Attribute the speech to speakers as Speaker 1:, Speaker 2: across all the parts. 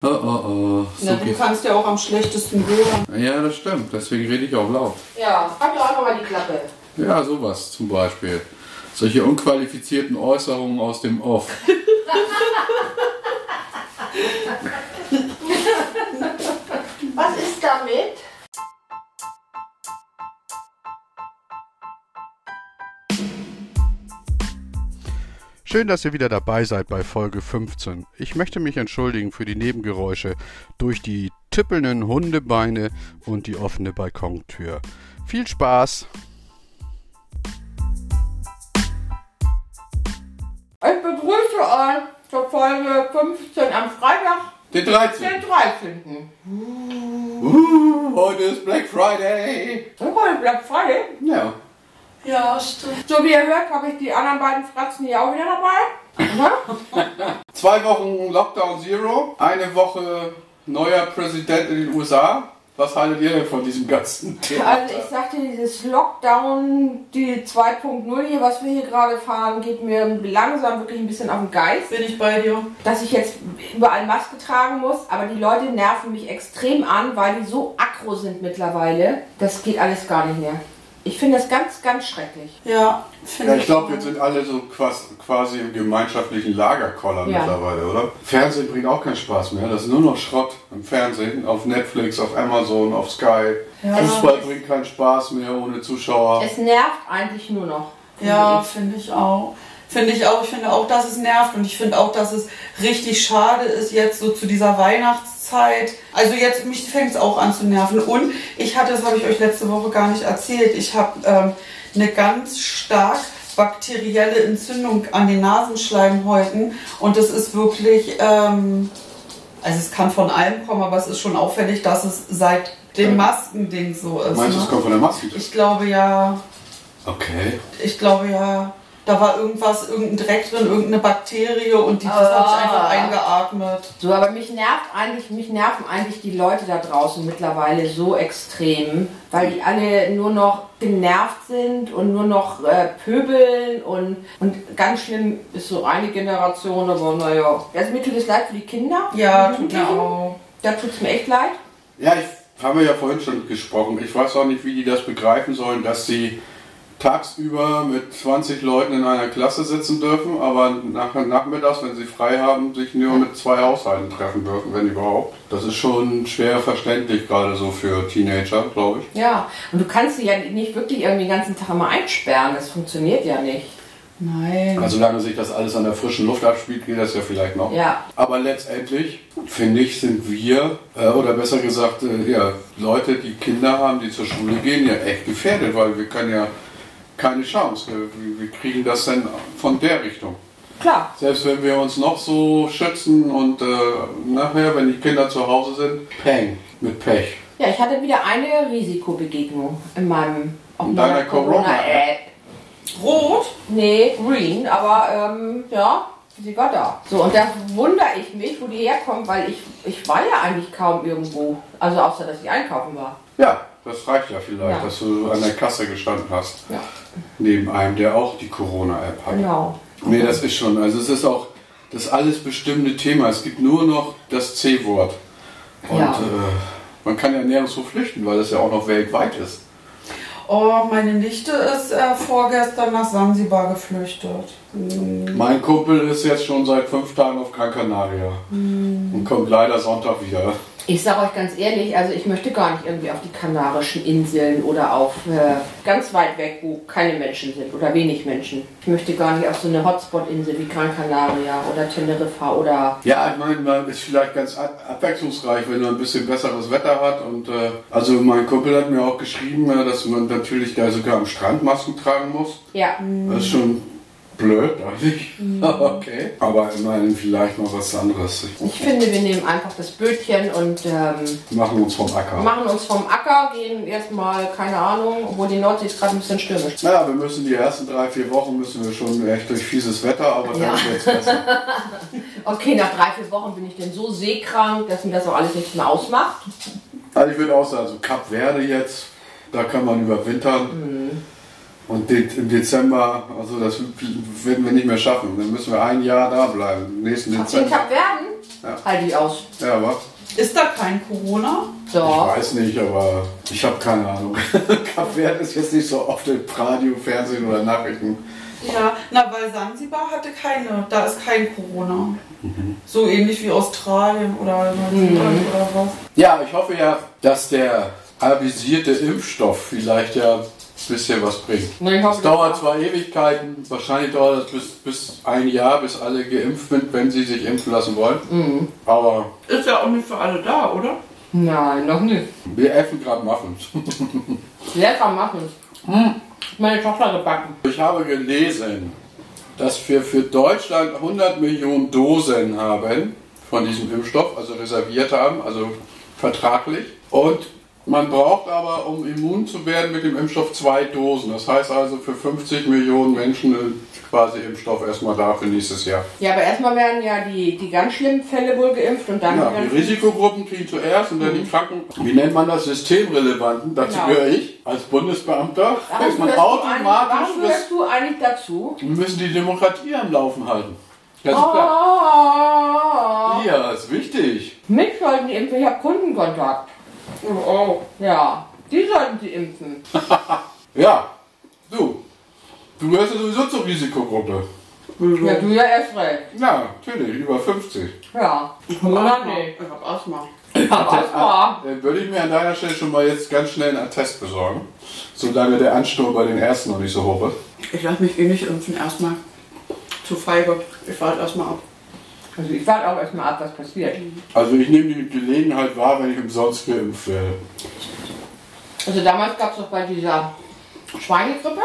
Speaker 1: Oh, oh, oh.
Speaker 2: Na,
Speaker 1: So
Speaker 2: du
Speaker 1: geht's.
Speaker 2: kannst ja auch am schlechtesten hören.
Speaker 1: Ja, das stimmt. Deswegen rede ich auch laut.
Speaker 2: Ja, halt doch einfach mal die Klappe.
Speaker 1: Ja, sowas zum Beispiel. Solche unqualifizierten Äußerungen aus dem Off.
Speaker 2: Was ist damit?
Speaker 1: Schön, dass ihr wieder dabei seid bei Folge 15. Ich möchte mich entschuldigen für die Nebengeräusche durch die tippelnden Hundebeine und die offene Balkontür. Viel Spaß!
Speaker 2: Ich begrüße euch zur Folge 15 am Freitag,
Speaker 1: Den 13.
Speaker 2: den 13.
Speaker 1: Uh, heute ist Black Friday!
Speaker 2: So, heute Black Friday.
Speaker 1: Ja.
Speaker 3: Ja, stimmt.
Speaker 2: So wie ihr hört, habe ich die anderen beiden Fratzen hier auch wieder dabei. Ne?
Speaker 1: Zwei Wochen Lockdown Zero, eine Woche neuer Präsident in den USA. Was haltet ihr denn von diesem ganzen
Speaker 2: Also ich
Speaker 1: Theater?
Speaker 2: sagte, dieses Lockdown, die 2.0 hier, was wir hier gerade fahren, geht mir langsam wirklich ein bisschen auf den Geist.
Speaker 3: Bin ich bei dir?
Speaker 2: dass ich jetzt überall Maske tragen muss, aber die Leute nerven mich extrem an, weil die so aggro sind mittlerweile. Das geht alles gar nicht mehr. Ich finde das ganz, ganz schrecklich.
Speaker 3: Ja, finde
Speaker 1: Ja, ich glaube, jetzt sind alle so quas- quasi im gemeinschaftlichen Lagerkoller
Speaker 2: Ja.
Speaker 1: mittlerweile, oder? Fernsehen bringt auch keinen Spaß mehr. Das ist nur noch Schrott im Fernsehen, auf Netflix, auf Amazon, auf Sky. Fußball bringt keinen Spaß mehr ohne Zuschauer.
Speaker 2: Es nervt eigentlich nur noch.
Speaker 3: Ja, finde ich auch. Finde ich auch. Ich finde auch, dass es nervt. Und ich finde auch, dass es richtig schade ist, jetzt so zu dieser Weihnachtszeit. Also jetzt, mich fängt es auch an zu nerven. Und ich hatte, das habe ich euch letzte Woche gar nicht erzählt, ich habe ähm, eine ganz stark bakterielle Entzündung an den Nasenschleimhäuten. Und das ist wirklich... Ähm, also es kann von allem kommen, aber es ist schon auffällig, dass es seit dem Maskending so ist.
Speaker 1: Meinst du,
Speaker 3: ne?
Speaker 1: es kommt von der Maske?
Speaker 3: Ich glaube ja,
Speaker 1: Okay.
Speaker 3: ich glaube ja, da war irgendwas, irgendein Dreck drin, irgendeine Bakterie und die, das habe ich einfach eingeatmet.
Speaker 2: So, aber mich nervt eigentlich, mich nerven eigentlich die Leute da draußen mittlerweile so extrem, weil die alle nur noch genervt sind und nur noch äh, pöbeln und, und ganz schlimm ist so eine Generation, aber naja. Also mir tut es leid für die Kinder.
Speaker 3: Ja,
Speaker 2: die
Speaker 3: tut mir
Speaker 2: Jugendlichen.
Speaker 3: auch.
Speaker 2: Da tut es mir echt leid.
Speaker 1: Ja, ich haben wir ja vorhin schon gesprochen. Ich weiß auch nicht, wie die das begreifen sollen, dass sie tagsüber mit 20 Leuten in einer Klasse sitzen dürfen, aber nach, nachmittags, wenn sie frei haben, sich nur mit zwei Haushalten treffen dürfen, wenn überhaupt. Das ist schon schwer verständlich, gerade so für Teenager, glaube ich.
Speaker 2: Ja, und du kannst sie ja nicht wirklich irgendwie den ganzen Tag immer einsperren. Das funktioniert ja nicht.
Speaker 3: Nein.
Speaker 1: Also solange sich das alles an der frischen Luft abspielt, geht das ja vielleicht noch.
Speaker 2: Ja.
Speaker 1: Aber letztendlich, finde ich, sind wir, äh, oder besser gesagt, äh, ja, Leute, die Kinder haben, die zur Schule gehen, ja echt gefährdet, weil wir können ja keine Chance. Wir, wir- wir kriegen das dann von der Richtung.
Speaker 2: Klar.
Speaker 1: Selbst wenn wir uns noch so schützen und äh, nachher, wenn die Kinder zu Hause sind, Peng, mit Pech.
Speaker 2: Ja, ich hatte wieder eine Risikobegegnung in meinem auf
Speaker 1: In deiner Corona-App.
Speaker 3: Rot?
Speaker 2: Nee, green, aber ähm, ja, sie war da. So, und da wundere ich mich, wo die herkommt, weil ich, ich war ja eigentlich kaum irgendwo. Also außer, dass ich einkaufen war.
Speaker 1: Ja, das reicht ja vielleicht,
Speaker 2: Ja.
Speaker 1: dass du an der Kasse gestanden hast.
Speaker 2: Ja.
Speaker 1: Neben einem, der auch die Corona-App hat.
Speaker 2: Genau.
Speaker 1: Nee, das ist schon. Also es ist auch das alles bestimmte Thema. Es gibt nur noch das C-Wort. Und
Speaker 2: Ja.
Speaker 1: äh, man kann ja nirgendwo flüchten, weil das ja auch noch weltweit ist.
Speaker 3: Oh, meine Nichte ist äh, vorgestern nach Sansibar geflüchtet. Hm.
Speaker 1: Mein Kumpel ist jetzt schon seit fünf Tagen auf Gran Canaria und kommt leider Sonntag wieder.
Speaker 2: Ich sage euch ganz ehrlich, also ich möchte gar nicht irgendwie auf die Kanarischen Inseln oder auf äh, ganz weit weg, wo keine Menschen sind oder wenig Menschen. Ich möchte gar nicht auf so eine Hotspot-Insel wie Gran Canaria oder Teneriffa oder
Speaker 1: Ja, ich meine, man ist vielleicht ganz ab- abwechslungsreich, wenn man ein bisschen besseres Wetter hat. Und äh, also mein Kumpel hat mir auch geschrieben, äh, dass man natürlich da sogar am Strand Masken tragen muss.
Speaker 2: ja.
Speaker 1: Das ist schon blöd, eigentlich. Okay. Aber immerhin vielleicht noch was anderes.
Speaker 2: Ich finde, wir nehmen einfach das Bötchen und ähm,
Speaker 1: machen uns vom Acker.
Speaker 2: machen uns vom Acker, gehen erstmal, keine Ahnung, obwohl die Nordsee ist gerade ein bisschen stürmisch.
Speaker 1: Naja, wir müssen die ersten drei, vier Wochen müssen wir schon echt durch fieses Wetter, aber dann
Speaker 2: Ja.
Speaker 1: wird's besser.
Speaker 2: Okay, nach drei, vier Wochen bin ich denn so seekrank, dass mir das auch alles nichts mehr ausmacht.
Speaker 1: Also ich würde auch sagen, so Kap Verde jetzt, da kann man überwintern. Und de- im Dezember, also das werden wir nicht mehr schaffen. Dann müssen wir ein Jahr da bleiben. Im nächsten
Speaker 2: Auf den
Speaker 1: Dezember.
Speaker 2: Kap Verden?
Speaker 1: Ja.
Speaker 2: Halte ich aus.
Speaker 1: Ja, aber
Speaker 3: Ist da kein Corona?
Speaker 1: ich
Speaker 2: So.
Speaker 1: weiß nicht, aber ich habe keine Ahnung. Kapverd ist jetzt nicht so oft im Radio, Fernsehen oder Nachrichten.
Speaker 3: Ja, na, weil Sansibar hatte keine, da ist kein Corona. So ähnlich wie Australien oder Neuseeland oder was.
Speaker 1: Ja, ich hoffe ja, dass der avisierte Impfstoff vielleicht ja ein bisschen was bringt.
Speaker 2: Na, ich hoffe,
Speaker 1: Es dauert zwar Ewigkeiten, wahrscheinlich dauert das bis, bis ein Jahr, bis alle geimpft sind, wenn sie sich impfen lassen wollen. Aber
Speaker 3: Ist ja auch nicht für alle da, oder?
Speaker 2: Nein, noch nicht.
Speaker 1: wir essen gerade Muffins.
Speaker 2: Lecker machen. Meine Tochter gebacken.
Speaker 1: Ich habe gelesen, dass wir für Deutschland 100 Millionen Dosen haben von diesem Impfstoff, also reserviert haben, also vertraglich. Und man braucht aber, um immun zu werden mit dem Impfstoff, zwei Dosen. Das heißt also für 50 Millionen Menschen ist quasi Impfstoff erstmal da für nächstes Jahr.
Speaker 2: Ja, aber erstmal werden ja die, die ganz schlimmen Fälle wohl geimpft und dann
Speaker 1: Ja,
Speaker 2: die
Speaker 1: die
Speaker 2: ganz-
Speaker 1: Risikogruppen kriegen zuerst und dann die Kranken, wie nennt man das, Systemrelevanten, dazu
Speaker 2: Genau.
Speaker 1: gehöre ich als Bundesbeamter,
Speaker 2: Warum
Speaker 1: ist man
Speaker 2: gehörst du
Speaker 1: automatisch,
Speaker 2: eigentlich- Warum gehörst du eigentlich dazu?
Speaker 1: wir müssen die Demokratie am Laufen halten. Das ist klar.
Speaker 2: Oh,
Speaker 1: Ja, ist wichtig.
Speaker 2: mich sollten die impfen, ich habe Kundenkontakt.
Speaker 3: Oh, oh.
Speaker 2: Ja, die sollten sie impfen.
Speaker 1: Ja, du, du gehörst ja sowieso zur Risikogruppe.
Speaker 2: Ja, du ja erst recht.
Speaker 1: Ja, natürlich, über 50.
Speaker 2: Ja. Oder nicht?
Speaker 3: Ich hab Asthma.
Speaker 2: Aber es war.
Speaker 1: Ah, Dann würde ich mir an deiner Stelle schon mal jetzt ganz schnell einen Attest besorgen, solange der Ansturm bei den Ärzten noch nicht so hoch ist.
Speaker 3: Ich lasse mich eh nicht impfen, erstmal. Zu feige. Ich warte erstmal ab.
Speaker 2: Also ich warte auch erstmal ab, was passiert.
Speaker 1: Also ich nehme die Gelegenheit wahr, wenn ich umsonst geimpft werde.
Speaker 2: Also damals gab es doch bei dieser Schweinegrippe,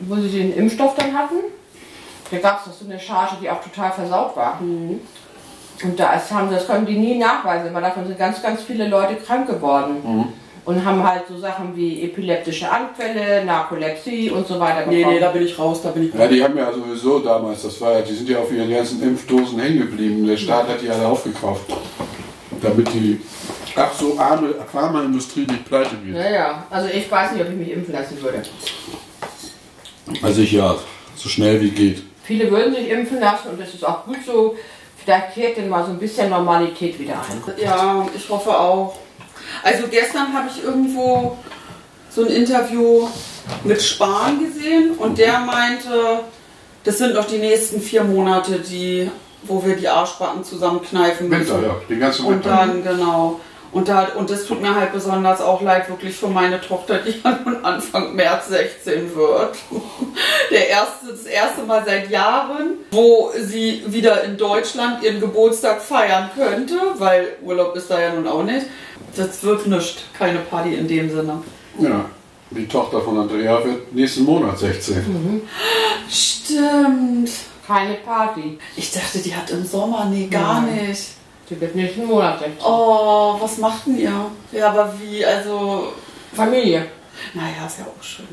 Speaker 2: wo sie den Impfstoff dann hatten, da gab es doch so eine Charge, die auch total versaut war.
Speaker 3: Mhm.
Speaker 2: Und da ist, haben sie, das konnten die nie nachweisen, weil davon sind ganz, ganz viele Leute krank geworden.
Speaker 3: Mhm.
Speaker 2: Und haben halt so Sachen wie epileptische Anfälle, Narkolepsie und so weiter bekommen.
Speaker 3: Nee, nee, da bin ich raus, da bin ich
Speaker 1: Ja, die haben ja sowieso damals, das war ja, die sind ja auf ihren ganzen Impfdosen hängen geblieben. Der Staat hat die alle aufgekauft. Damit die, ach so, arme Pharmaindustrie nicht pleite geht.
Speaker 2: Naja, also ich weiß nicht, ob ich mich impfen lassen würde.
Speaker 1: Also ich ja, so schnell wie geht.
Speaker 2: Viele würden sich impfen lassen und das ist auch gut so. Vielleicht kehrt denn mal so ein bisschen Normalität wieder ein.
Speaker 3: Ja, ich hoffe auch. Also gestern habe ich irgendwo so ein Interview mit Spahn gesehen und der meinte, das sind noch die nächsten vier Monate, die, wo wir die Arschbacken zusammenkneifen müssen.
Speaker 1: Winter, ja, den ganzen
Speaker 3: Und
Speaker 1: Winter.
Speaker 3: dann, genau. Und, da, und das tut mir halt besonders auch leid, wirklich für meine Tochter, die ja nun Anfang März 16 wird. Der erste, das erste Mal seit Jahren, wo sie wieder in Deutschland ihren Geburtstag feiern könnte, weil Urlaub ist da ja nun auch nicht. Das wird nicht, keine Party in dem Sinne.
Speaker 1: ja, die Tochter von Andrea wird nächsten Monat 16.
Speaker 3: Stimmt.
Speaker 2: Keine Party.
Speaker 3: Ich dachte, die hat im Sommer, nee, gar
Speaker 2: Nein.
Speaker 3: nicht.
Speaker 2: Sie wird nächsten Monat 16.
Speaker 3: Oh, was macht denn ihr? Ja, aber wie, also,
Speaker 2: Familie.
Speaker 3: naja, ist ja auch schön.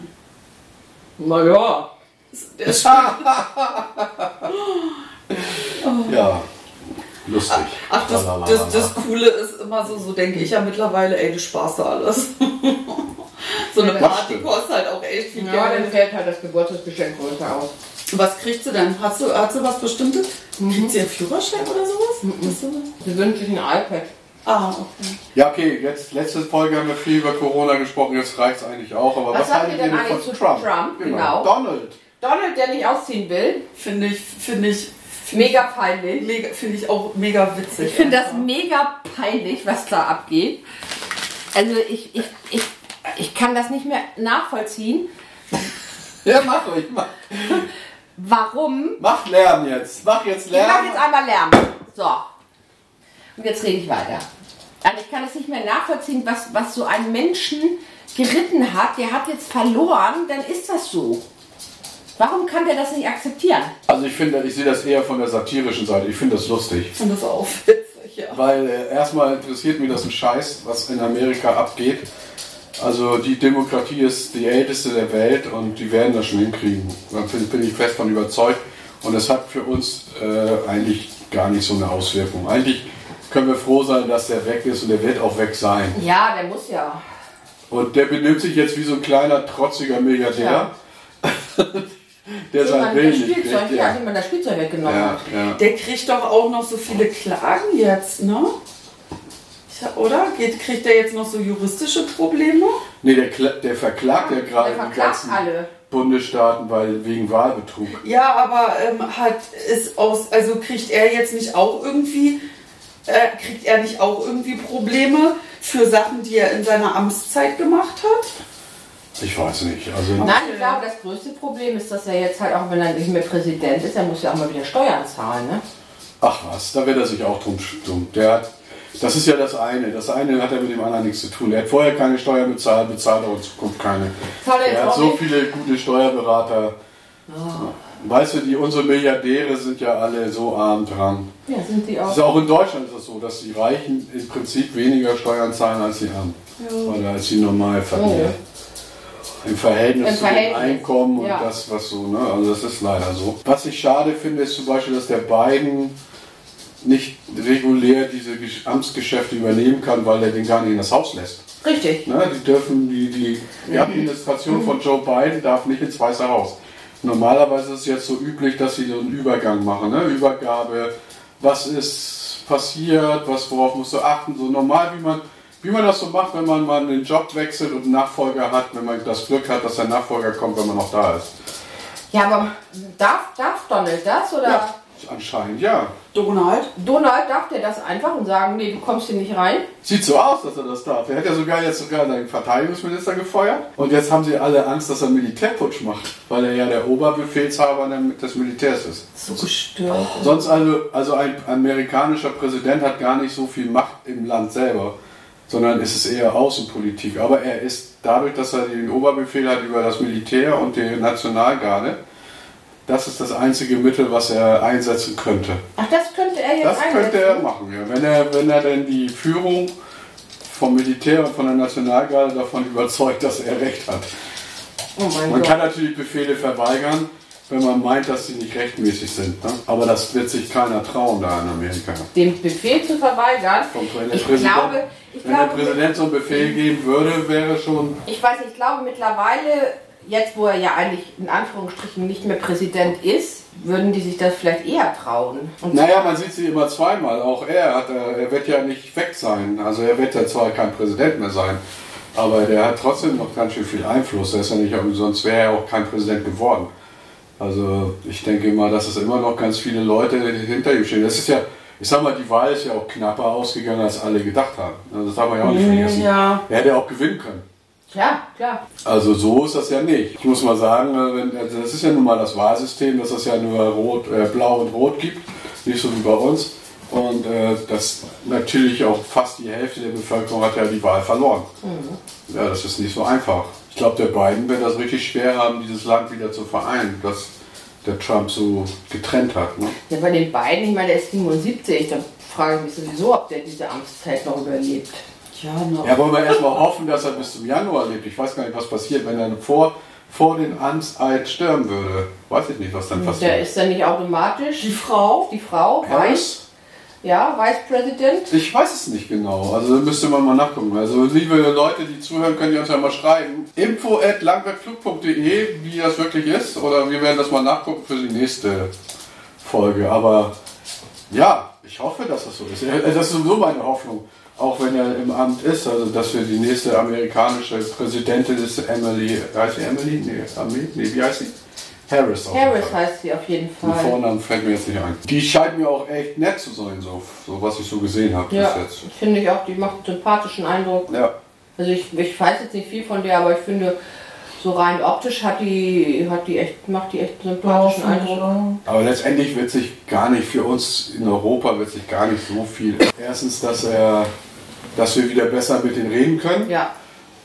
Speaker 2: Naja.
Speaker 3: Der ist
Speaker 1: Ja, lustig.
Speaker 3: Ach, das, das, das Coole ist immer so, so denke ich ja mittlerweile, ey, du sparst da alles. so eine
Speaker 2: Ja, das
Speaker 3: Party
Speaker 1: stimmt.
Speaker 3: kostet halt auch echt viel
Speaker 2: Ja, dann
Speaker 3: Geld.
Speaker 2: fällt halt das Geburtstagsgeschenk größer aus.
Speaker 3: Was kriegst du denn? Hast du, hast du was Bestimmtes? Kriegst du einen Führerschein oder sowas? Hast du was?
Speaker 2: Sie wünscht sich ein iPad.
Speaker 3: Mhm. Ah, okay.
Speaker 1: Ja, okay, jetzt, letzte Folge haben wir viel über Corona gesprochen, jetzt reicht es eigentlich auch. Aber was,
Speaker 2: Was sagt
Speaker 1: haltet
Speaker 2: ihr denn
Speaker 1: denn
Speaker 2: eigentlich
Speaker 1: von
Speaker 2: zu Trump? Genau.
Speaker 1: Donald.
Speaker 2: Donald, der nicht ausziehen will.
Speaker 3: Finde ich, finde ich,
Speaker 2: Mega peinlich.
Speaker 3: mega, finde ich auch mega witzig.
Speaker 2: Ich finde das
Speaker 3: einfach.
Speaker 2: mega peinlich, was da abgeht. Also ich, ich, ich, ich kann das nicht mehr nachvollziehen.
Speaker 1: Ja, mach ruhig, mach.
Speaker 2: Warum?
Speaker 1: Mach Lärm jetzt. Mach jetzt
Speaker 2: Ich
Speaker 1: Lärm.
Speaker 2: mache jetzt einmal Lärm. So. Und jetzt rede ich weiter. Also ich kann es nicht mehr nachvollziehen, was, was so einen Menschen geritten hat. Der hat jetzt verloren, dann ist das so. Warum kann der das nicht akzeptieren?
Speaker 1: Also ich finde, ich sehe das eher von der satirischen Seite. Ich finde das lustig.
Speaker 3: Ich finde das auch witzig, ja.
Speaker 1: Weil äh, erstmal interessiert mich das ein Scheiß, was in Amerika abgeht. Also die Demokratie ist die älteste der Welt und die werden das schon hinkriegen. Da bin, bin ich fest von überzeugt. Und das hat für uns äh, eigentlich gar nicht so eine Auswirkung. Eigentlich können wir froh sein, dass der weg ist und der wird auch weg sein.
Speaker 2: Ja, der muss ja.
Speaker 1: Und der benimmt sich jetzt wie so ein kleiner, trotziger Milliardär. der sein
Speaker 2: Jemand das
Speaker 1: Willen nicht
Speaker 2: Spielzeug,
Speaker 1: kriegt.
Speaker 2: ja,
Speaker 1: Ja,
Speaker 2: jemand das Spielzeug weggenommen
Speaker 1: ja,
Speaker 2: hat.
Speaker 1: ja.
Speaker 3: Der kriegt doch auch noch so viele Klagen jetzt, ne? Ich- Oder? Geht, kriegt der jetzt noch so juristische Probleme?
Speaker 1: Nee, der, Kla- der verklagt ja gerade
Speaker 2: Der
Speaker 1: die
Speaker 2: verklagt
Speaker 1: ganzen
Speaker 2: alle.
Speaker 1: Bundesstaaten weil, wegen Wahlbetrug.
Speaker 3: Ja, aber ähm, hat ist aus, also kriegt er jetzt nicht auch irgendwie, äh, kriegt er nicht auch irgendwie Probleme für Sachen, die er in seiner Amtszeit gemacht hat?
Speaker 1: Ich weiß nicht. Also,
Speaker 2: Nein,
Speaker 3: Okay.
Speaker 2: ich glaube, das größte Problem ist, dass er jetzt halt, auch wenn er nicht mehr Präsident ist, er muss ja auch mal wieder Steuern zahlen. Ne?
Speaker 1: Ach was, da wird er sich auch drum stumm. Der hat, das ist ja das eine. Das eine hat ja mit dem anderen nichts zu tun. Er hat vorher keine Steuern bezahlt, bezahlt auch in Zukunft keine.
Speaker 2: Soll er jetzt
Speaker 1: Er hat
Speaker 2: auch
Speaker 1: so
Speaker 2: nicht?
Speaker 1: viele gute Steuerberater.
Speaker 2: Oh.
Speaker 1: Weißt du, die, unsere Milliardäre sind ja alle so arm dran.
Speaker 2: Ja, sind die
Speaker 1: Das
Speaker 2: auch.
Speaker 1: ist auch in Deutschland ist das so, dass die Reichen im Prinzip weniger Steuern zahlen als die Armen. Oder als die Normalverdienen. Im Verhältnis
Speaker 2: Im
Speaker 1: zu dem
Speaker 2: Verhältnis,
Speaker 1: Einkommen und
Speaker 2: ja.
Speaker 1: das, was so, ne? Also das ist leider so. Was ich schade finde, ist zum Beispiel, dass der Biden nicht regulär diese Gesch- Amtsgeschäfte übernehmen kann, weil er den gar nicht in das Haus lässt.
Speaker 2: Richtig.
Speaker 1: Ne? Die dürfen, die, die, die Administration von Joe Biden darf nicht ins Weiße Haus. Normalerweise ist es jetzt so üblich, dass sie so einen Übergang machen, ne? Übergabe, was ist passiert, was worauf musst du achten, so normal wie man wie man das so macht, wenn man mal einen Job wechselt und einen Nachfolger hat, wenn man das Glück hat, dass der Nachfolger kommt, wenn man noch da ist.
Speaker 2: Ja, aber darf, darf Donald das oder
Speaker 1: Ja, anscheinend ja.
Speaker 3: Donald?
Speaker 2: Donald darf der das einfach und sagen, nee, du kommst hier nicht rein?
Speaker 1: Sieht so aus, dass er das darf. Er hat ja sogar jetzt sogar seinen Verteidigungsminister gefeuert. Und jetzt haben sie alle Angst, dass er Militärputsch macht, weil er ja der Oberbefehlshaber der- des Militärs ist.
Speaker 3: So gestört.
Speaker 1: Sonst also, also ein amerikanischer Präsident hat gar nicht so viel Macht im Land selber, sondern es ist eher Außenpolitik. Aber er ist dadurch, dass er den Oberbefehl hat über das Militär und die Nationalgarde, das ist das einzige Mittel, was er einsetzen könnte.
Speaker 2: Ach, das könnte er jetzt
Speaker 1: Das
Speaker 2: einsetzen.
Speaker 1: könnte er machen, ja. wenn, er, wenn er denn die Führung vom Militär und von der Nationalgarde davon überzeugt, dass er recht hat.
Speaker 2: Oh mein
Speaker 1: Man
Speaker 2: Gott.
Speaker 1: kann natürlich Befehle verweigern, wenn man meint, dass sie nicht rechtmäßig sind. Ne? Aber das wird sich keiner trauen da in Amerika.
Speaker 2: den Befehl zu verweigern.
Speaker 1: Und wenn der,
Speaker 2: Ich
Speaker 1: Präsident,
Speaker 2: glaube, ich
Speaker 1: wenn der
Speaker 2: glaube, Mhm.
Speaker 1: Präsident so einen Befehl geben würde, wäre schon
Speaker 2: ich weiß, nicht, ich glaube mittlerweile, jetzt wo er ja eigentlich in Anführungsstrichen nicht mehr Präsident ist, würden die sich das vielleicht eher trauen. Und
Speaker 1: Naja, man sieht sie immer zweimal. Auch er, hat, äh, er wird ja nicht weg sein. Also er wird ja zwar kein Präsident mehr sein, aber der hat trotzdem noch ganz schön viel Einfluss. Er ist ja nicht, sonst wäre er auch kein Präsident geworden. Also ich denke mal, dass es immer noch ganz viele Leute hinter ihm stehen. Das ist ja, ich sag mal, die Wahl ist ja auch knapper ausgegangen, als alle gedacht haben. Also das darf man ja auch nicht vergessen.
Speaker 3: Ja.
Speaker 1: Er hätte auch gewinnen können.
Speaker 2: klar, klar.
Speaker 1: Also so ist das ja nicht. Ich muss mal sagen, äh, wenn, also das ist ja nun mal das Wahlsystem, dass es ja nur rot, äh, blau und rot gibt, nicht so wie bei uns. Und äh, das natürlich auch fast die Hälfte der Bevölkerung hat ja die Wahl verloren.
Speaker 2: Mhm.
Speaker 1: Ja, das ist nicht so einfach. Ich glaube, der Biden wird das richtig schwer haben, dieses Land wieder zu vereinen, das der Trump so getrennt hat. Ne?
Speaker 2: Ja, bei den beiden, ich meine, der ist 77, dann frage ich mich sowieso, ob der diese Amtszeit noch überlebt.
Speaker 3: Ja, ne.
Speaker 1: Ja, wollen wir erstmal hoffen, dass er bis zum Januar lebt. Ich weiß gar nicht, was passiert, wenn er vor, vor den Amtseid sterben würde. Weiß ich nicht, was dann passiert.
Speaker 2: Der ist dann nicht automatisch
Speaker 3: Die Frau?
Speaker 2: die Frau, Vice,
Speaker 1: Harris?
Speaker 2: ja, Vice President.
Speaker 1: Ich weiß es nicht genau. Also da müsste man mal nachgucken. Also liebe Leute, die zuhören, könnt ihr uns ja mal schreiben. Info at langwerkflug.de, wie das wirklich ist. Oder wir werden das mal nachgucken für die nächste Folge. Aber ja, ich hoffe, dass das so ist. Äh, Das ist sowieso meine Hoffnung. Auch wenn er im Amt ist, also dass wir die nächste amerikanische Präsidentin ist Emily. Heißt sie Emily? Nee, Emily? Nee, wie heißt sie? Harris. auf jeden
Speaker 2: Harris
Speaker 1: Fall.
Speaker 2: heißt sie auf jeden
Speaker 1: Den
Speaker 2: Fall.
Speaker 1: Vornamen fällt mir jetzt nicht ein. Die scheint mir auch echt nett zu sein, so, so was ich so gesehen habe
Speaker 2: Ja,
Speaker 1: bis jetzt.
Speaker 2: finde ich auch, die macht einen sympathischen Eindruck.
Speaker 1: Ja.
Speaker 2: Also ich, ich weiß jetzt nicht viel von der, aber ich finde, so rein optisch hat die, hat die echt, macht die echt einen sympathischen
Speaker 3: Oh,
Speaker 2: Eindruck.
Speaker 3: oder?
Speaker 1: Aber letztendlich wird sich gar nicht für uns in Europa wird sich gar nicht so viel. Erstens, dass er, dass wir wieder besser mit denen reden können
Speaker 2: Ja,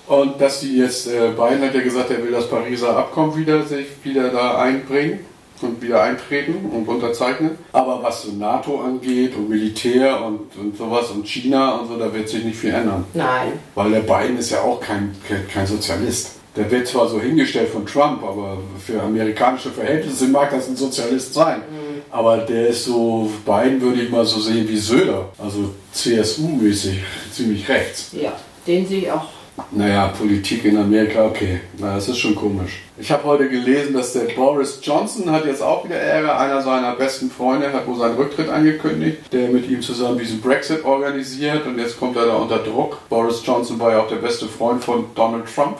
Speaker 1: und dass die jetzt äh, Biden hat ja gesagt, er will das Pariser Abkommen wieder sich wieder da einbringen und wieder eintreten und unterzeichnen. Aber was so NATO angeht und Militär und, und sowas und China und so, da wird sich nicht viel ändern.
Speaker 2: nein.
Speaker 1: Weil der Biden ist ja auch kein, kein- kein Sozialist. Der wird zwar so hingestellt von Trump, aber für amerikanische Verhältnisse mag das ein Sozialist sein. Aber der ist so, Biden würde ich mal so sehen wie Söder, also CSU-mäßig, ziemlich rechts.
Speaker 2: Ja, den sehe ich auch
Speaker 1: Naja, Politik in Amerika, okay. Na, das ist schon komisch. Ich habe heute gelesen, dass der Boris Johnson hat jetzt auch wieder Ärger. Einer seiner besten Freunde hat wohl seinen Rücktritt angekündigt, der mit ihm zusammen diesen Brexit organisiert und jetzt kommt er da unter Druck. Boris Johnson war ja auch der beste Freund von Donald Trump.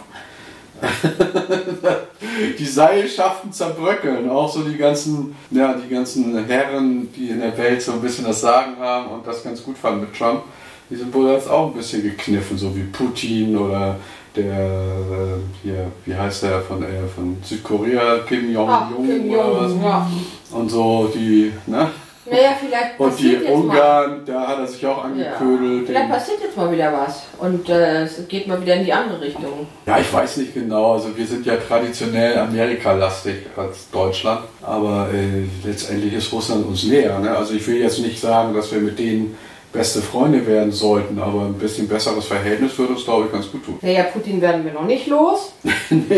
Speaker 1: die Seilschaften zerbröckeln, auch so die ganzen, ja, die ganzen Herren, die in der Welt so ein bisschen das Sagen haben und das ganz gut fanden mit Trump, die sind wohl jetzt auch ein bisschen gekniffen, so wie Putin oder der, äh, hier, wie heißt der von, äh, von Südkorea, Kim
Speaker 2: Ah,
Speaker 1: Jong-un
Speaker 2: Kim
Speaker 1: oder was.
Speaker 2: Jong-un, ja.
Speaker 1: Und so die, ne?
Speaker 2: Naja, vielleicht
Speaker 1: Und die
Speaker 2: passiert jetzt mal.
Speaker 1: Ungarn, da hat er sich auch
Speaker 2: Ja.
Speaker 1: angeködelt.
Speaker 2: Vielleicht
Speaker 1: Den-
Speaker 2: passiert jetzt mal wieder was und äh, es geht mal wieder in die andere Richtung.
Speaker 1: Ja, ich weiß nicht genau. Also wir sind ja traditionell Amerika-lastig als Deutschland, aber äh, letztendlich ist Russland uns näher. Ne? Also ich will jetzt nicht sagen, dass wir mit denen beste Freunde werden sollten, aber ein bisschen besseres Verhältnis würde uns, glaube ich, ganz gut tun.
Speaker 2: Naja, Putin werden wir noch nicht los.
Speaker 1: nee,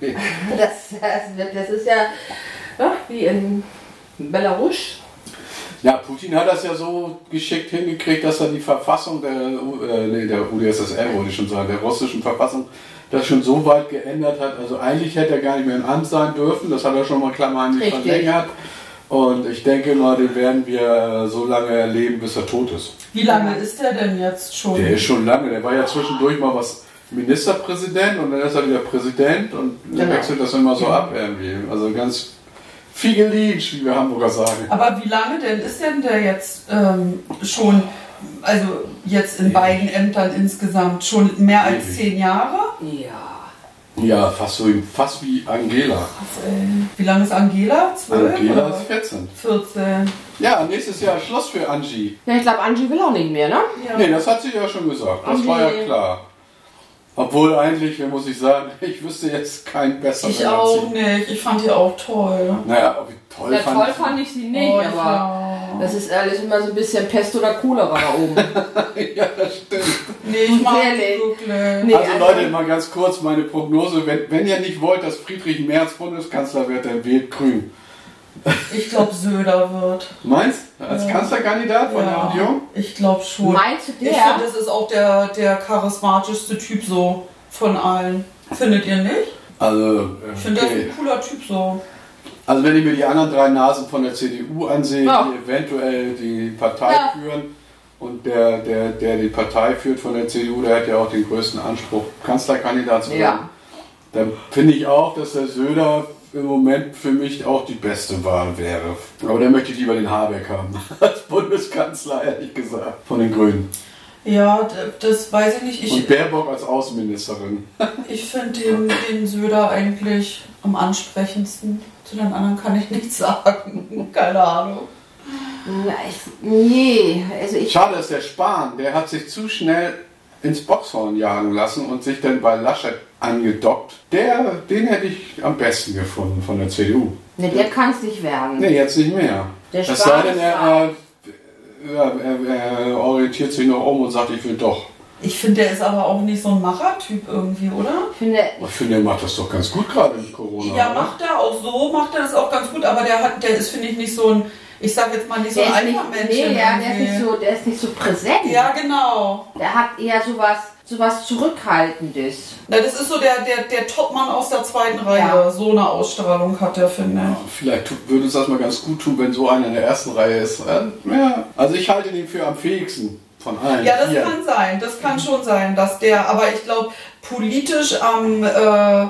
Speaker 1: nee.
Speaker 2: Das, das, wird- das ist ja ja, wie in Belarus.
Speaker 1: Ja, Putin hat das ja so geschickt hingekriegt, dass er die Verfassung der, U- äh, nee, der UdSSR, wollte ich schon sagen, der russischen Verfassung, das schon so weit geändert hat. Also eigentlich hätte er gar nicht mehr im Amt sein dürfen, das hat er schon mal klammheimlich
Speaker 2: Richtig.
Speaker 1: verlängert. Und ich denke mal, den werden wir äh, so lange erleben, bis er tot ist.
Speaker 3: Wie lange ist der denn jetzt schon?
Speaker 1: Der ist schon lange, der war ja zwischendurch mal was Ministerpräsident und dann ist er wieder Präsident und
Speaker 2: Genau.
Speaker 1: wechselt das immer so ab irgendwie. Also ganz viel Geleach, wie wir Hamburger sagen.
Speaker 3: Aber wie lange denn ist denn der jetzt ähm, schon, also jetzt in beiden Ämtern insgesamt, schon mehr als
Speaker 1: Ewig.
Speaker 3: zehn Jahre?
Speaker 2: Ja.
Speaker 1: Ja, fast so fast wie Angela.
Speaker 3: Krass, ey. Wie lange ist Angela? Zwölf?
Speaker 1: Angela
Speaker 3: oder
Speaker 1: ist 14.
Speaker 3: 14.
Speaker 1: Ja, nächstes Jahr Schluss für Angie.
Speaker 2: Ja, ich glaube, Angie will auch nicht mehr, ne?
Speaker 3: Ja.
Speaker 1: Nee, das hat sie ja schon gesagt. Das
Speaker 2: Angie-
Speaker 1: war ja klar. Obwohl eigentlich, muss ich sagen, ich wüsste jetzt keinen besseren.
Speaker 3: Ich
Speaker 1: als
Speaker 3: auch
Speaker 1: sie.
Speaker 3: nicht. Ich fand die auch toll.
Speaker 1: Naja, ob ich toll
Speaker 2: Ja,
Speaker 1: fand.
Speaker 2: toll fand ich sie nicht,
Speaker 3: Oh, ich
Speaker 2: aber
Speaker 3: auch.
Speaker 2: das ist alles immer so ein bisschen Pest oder Cholera da oben.
Speaker 1: ja, das stimmt.
Speaker 3: Nee, ich mag
Speaker 2: Ehrlich?
Speaker 3: sie wirklich.
Speaker 2: Nee,
Speaker 1: also,
Speaker 2: also-
Speaker 1: Leute, mal ganz kurz meine Prognose. Wenn, wenn ihr nicht wollt, dass Friedrich Merz Bundeskanzler wird, dann wählt Grün.
Speaker 3: Ich glaube, Söder wird.
Speaker 1: Meinst Als Kanzlerkandidat von
Speaker 3: Ja,
Speaker 1: der Union?
Speaker 3: Ich glaube schon.
Speaker 2: Meinst du
Speaker 3: Ich
Speaker 2: der?
Speaker 3: finde, das ist auch der, der charismatischste Typ so von allen. Findet ihr nicht?
Speaker 1: Also,
Speaker 3: Ich
Speaker 1: äh,
Speaker 3: finde, das ist
Speaker 1: okay.
Speaker 3: ein cooler Typ so.
Speaker 1: also, wenn ich mir die anderen drei Nasen von der CDU ansehe,
Speaker 2: Ja.
Speaker 1: die eventuell die Partei
Speaker 2: Ja.
Speaker 1: führen und der, der, der die Partei führt von der CDU, der hat ja auch den größten Anspruch, Kanzlerkandidat zu werden.
Speaker 2: Ja.
Speaker 1: Dann finde ich auch, dass der Söder im Moment für mich auch die beste Wahl wäre. Aber dann möchte ich lieber den Habeck haben als Bundeskanzler, ehrlich gesagt, von den Grünen.
Speaker 3: Ja, d- das weiß ich nicht.
Speaker 1: Und
Speaker 3: Ich,
Speaker 1: Baerbock als Außenministerin.
Speaker 3: ich finde den, den Söder eigentlich am ansprechendsten. Zu den anderen kann ich nichts sagen. Keine Ahnung.
Speaker 2: Na, ich, nee, also ich.
Speaker 1: Schade ist der Spahn, der hat sich zu schnell ins Boxhorn jagen lassen und sich dann bei Laschet angedockt. Der, den hätte ich am besten gefunden von der CDU.
Speaker 2: Ne, der kann es nicht werden.
Speaker 1: Nee, jetzt nicht mehr.
Speaker 2: Der
Speaker 1: es sei
Speaker 2: Spahn
Speaker 1: denn,
Speaker 2: ist
Speaker 1: er,
Speaker 2: da.
Speaker 1: äh, ja, er, er orientiert sich noch um und sagt, ich will doch.
Speaker 3: Ich finde, der ist aber auch nicht so ein Machertyp irgendwie, oder?
Speaker 2: Ich finde,
Speaker 1: Ich finde, er macht das doch ganz gut gerade mit Corona.
Speaker 3: Ja,
Speaker 1: oder?
Speaker 3: macht er auch so, macht er das auch ganz gut, aber der hat, der ist, finde ich, nicht so ein, ich sag jetzt mal nicht so
Speaker 2: der
Speaker 3: ein
Speaker 2: ist, nicht,
Speaker 3: Alpha-Mensch.
Speaker 2: nee, ja, der, ist
Speaker 3: irgendwie.
Speaker 2: nicht so, der ist nicht so präsent.
Speaker 3: Ja, genau.
Speaker 2: Der hat eher sowas, sowas Zurückhaltendes.
Speaker 3: Na, das ist so der, der, der Topmann aus der zweiten Reihe.
Speaker 2: Ja.
Speaker 3: So eine Ausstrahlung hat der, finde ich.
Speaker 1: Vielleicht tut, würde es das mal ganz gut tun, wenn so einer in der ersten Reihe ist. Äh, ja. Also ich halte den für am fähigsten von allen.
Speaker 3: Ja, das
Speaker 1: Hier.
Speaker 3: kann sein. Das kann schon sein, dass der, aber ich glaube, politisch am, äh,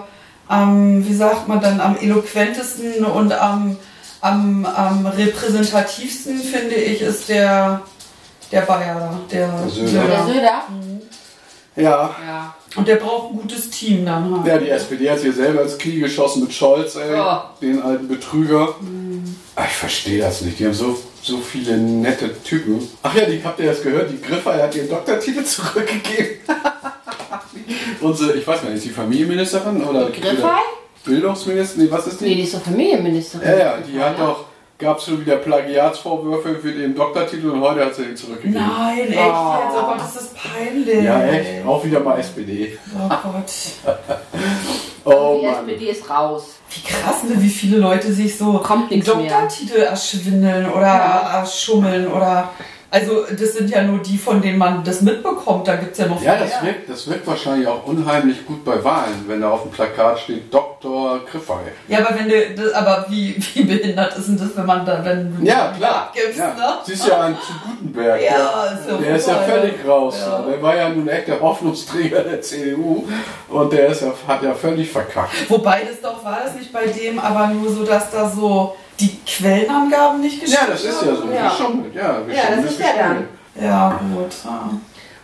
Speaker 3: am, wie sagt man dann, am eloquentesten und am, am, am repräsentativsten, finde ich, ist der, der Bayer. Der,
Speaker 1: Der Söder. Ja.
Speaker 2: Der Söder?
Speaker 1: ja.
Speaker 2: Ja.
Speaker 3: Und der braucht ein gutes Team dann halt.
Speaker 1: Ja, die SPD hat hier selber ins Knie geschossen mit Scholz, ey,
Speaker 2: Ja.
Speaker 1: den alten Betrüger. Ah, Ich verstehe das nicht. Die haben so, so viele nette Typen. Ach ja, die habt ihr das gehört? Die Griffer hat ihren Doktortitel zurückgegeben. Unsere, ich weiß gar nicht, ist die Familienministerin oder
Speaker 2: Griffey?
Speaker 1: Bildungsministerin? Nee, was ist die?
Speaker 2: Nee, die ist doch Familienministerin.
Speaker 1: Ja, ja, die hat doch, gab es schon wieder Plagiatsvorwürfe für den Doktortitel und heute hat sie den zurückgegeben.
Speaker 3: Nein, echt jetzt, aber das ist peinlich.
Speaker 1: Ja, echt, auch wieder mal SPD.
Speaker 3: Oh Gott.
Speaker 1: Oh
Speaker 2: die
Speaker 1: Mann.
Speaker 2: SPD ist raus.
Speaker 3: Wie krass, ne, wie viele Leute sich so
Speaker 2: Kommt nichts mehr.
Speaker 3: Doktortitel erschwindeln oder erschummeln oder. Also das sind ja nur die, von denen man das mitbekommt. Da gibt es ja noch
Speaker 1: Ja,
Speaker 3: viel
Speaker 1: das
Speaker 3: mehr.
Speaker 1: wirkt, das wirkt wahrscheinlich auch unheimlich gut bei Wahlen, wenn da auf dem Plakat steht Dr. Griffey.
Speaker 3: Ja, aber wenn du das, aber wie, wie behindert ist denn das, wenn man da, wenn du
Speaker 1: Ja, klar.
Speaker 3: abgibst,
Speaker 1: ja.
Speaker 3: ne?
Speaker 1: Siehst ja an zu Gutenberg.
Speaker 3: Ja,
Speaker 1: der-
Speaker 3: ist ja
Speaker 1: der ist ja
Speaker 3: voll.
Speaker 1: völlig raus. ne?
Speaker 3: Ja.
Speaker 1: Der war ja nun echt der Hoffnungsträger der CDU und der ist ja, hat ja völlig verkackt.
Speaker 3: Wobei das doch war das nicht bei dem, aber nur so, dass da so die Quellenangaben nicht
Speaker 1: Ja,
Speaker 3: geschrieben
Speaker 1: das ist ja so.
Speaker 2: Ja.
Speaker 1: Geschummelt. Ja, geschummelt
Speaker 2: Ja, das ist ja
Speaker 1: geschummelt.
Speaker 2: dann.
Speaker 3: Ja, gut. Ja.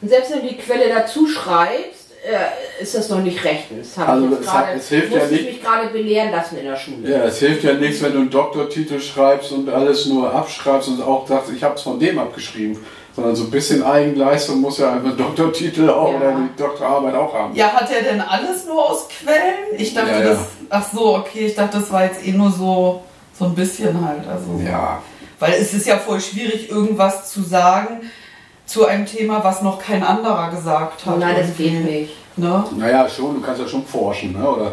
Speaker 2: Und selbst wenn du die Quelle dazu schreibst, äh, ist das noch nicht rechtens. Hab
Speaker 1: Also
Speaker 2: ich jetzt
Speaker 1: es hat-
Speaker 2: gerade-
Speaker 1: es hilft
Speaker 2: musste
Speaker 1: ja
Speaker 2: ich
Speaker 1: nicht-
Speaker 2: mich gerade belehren lassen in der Schule.
Speaker 1: Ja, es hilft ja nichts, wenn du einen Doktortitel schreibst und alles nur abschreibst und auch sagst, ich habe es von dem abgeschrieben. Sondern so ein bisschen Eigenleistung muss ja einfach ein Doktortitel auch
Speaker 2: Ja.
Speaker 1: oder die Doktorarbeit auch haben.
Speaker 3: Ja, hat er denn alles nur aus Quellen? Ich dachte,
Speaker 1: Ja, ja.
Speaker 3: das. Ach so, okay, ich dachte, das war jetzt eh nur so, so ein bisschen halt. Also,
Speaker 1: Ja,
Speaker 3: Weil es ist ja voll schwierig, irgendwas zu sagen zu einem Thema, was noch kein anderer gesagt
Speaker 2: Oh
Speaker 3: hat.
Speaker 2: nein, das geht
Speaker 3: irgendwie,
Speaker 2: nicht.
Speaker 3: Ne?
Speaker 1: naja, schon, du kannst ja schon forschen. Ne? Oder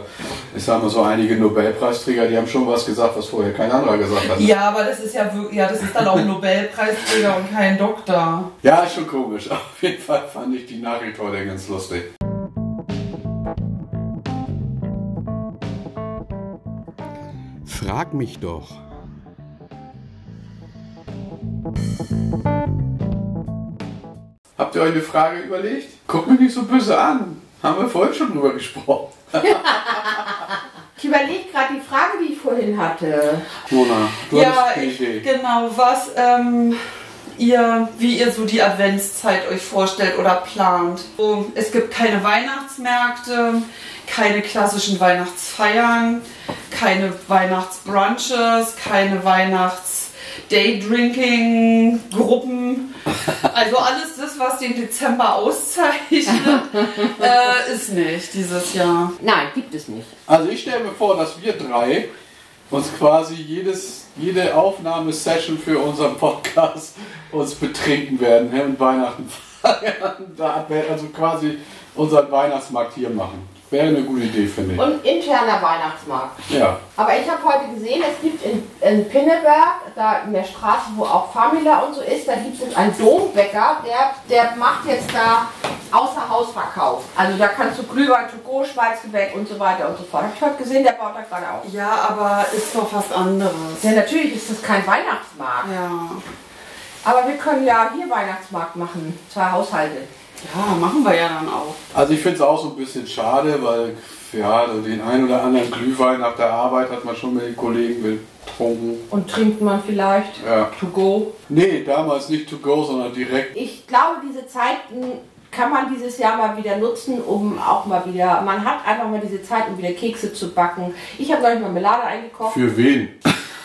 Speaker 1: ich sag mal so, einige Nobelpreisträger, die haben schon was gesagt, was vorher kein anderer gesagt hat. ne?
Speaker 3: Ja, aber das ist ja wirklich, ja, das ist dann auch Nobelpreisträger und kein Doktor.
Speaker 1: Ja, ist schon komisch. Auf jeden Fall fand ich die Nachricht heute ganz lustig. Frag mich doch. Habt ihr euch eine Frage überlegt? Guckt mich nicht so böse an. Haben wir vorhin schon drüber gesprochen.
Speaker 2: Ich überlege gerade die Frage, die ich vorhin hatte.
Speaker 1: Mona, du
Speaker 3: ja,
Speaker 1: hattest eine
Speaker 3: ich,
Speaker 1: Idee.
Speaker 3: genau, was ähm, ihr, wie ihr so die Adventszeit euch vorstellt oder plant. So, es gibt keine Weihnachtsmärkte, keine klassischen Weihnachtsfeiern, keine Weihnachtsbrunches, keine Weihnachts Daydrinking, Gruppen, also alles das, was den Dezember auszeichnet, äh, ist nicht dieses Jahr.
Speaker 2: Nein, gibt es nicht.
Speaker 1: Also ich stelle mir vor, dass wir drei uns quasi jedes, jede Aufnahmesession für unseren Podcast uns betrinken werden ne, und Weihnachten feiern. Da wär- Also quasi unseren Weihnachtsmarkt hier machen. Wäre eine gute Idee, finde ich.
Speaker 2: Und interner Weihnachtsmarkt.
Speaker 1: Ja.
Speaker 2: Aber ich habe heute gesehen, es gibt in, in Pinneberg, da in der Straße, wo auch Famila und so ist, da gibt es einen Dombäcker, der, der macht jetzt da außer Hausverkauf. Also da kannst du Glühwein to go, Schweizgebäck und so weiter und so fort. Hab ich heute gesehen, der baut da gerade auf.
Speaker 3: Ja, aber ist doch was anderes.
Speaker 2: Ja, natürlich ist das kein Weihnachtsmarkt.
Speaker 3: Ja.
Speaker 2: Aber wir können ja hier Weihnachtsmarkt machen. Zwei Haushalte.
Speaker 3: Ja, machen wir ja dann auch.
Speaker 1: Also ich finde es auch so ein bisschen schade, weil ja, so den ein oder anderen Glühwein nach der Arbeit hat man schon mit den Kollegen getrunken.
Speaker 2: Und trinkt man vielleicht
Speaker 1: Ja.
Speaker 2: to go.
Speaker 1: Nee, damals nicht to go, sondern direkt
Speaker 2: Ich glaube, diese Zeiten kann man dieses Jahr mal wieder nutzen, um auch mal wieder, man hat einfach mal diese Zeit, um wieder Kekse zu backen. Ich habe neulich Marmelade eingekocht.
Speaker 1: für wen?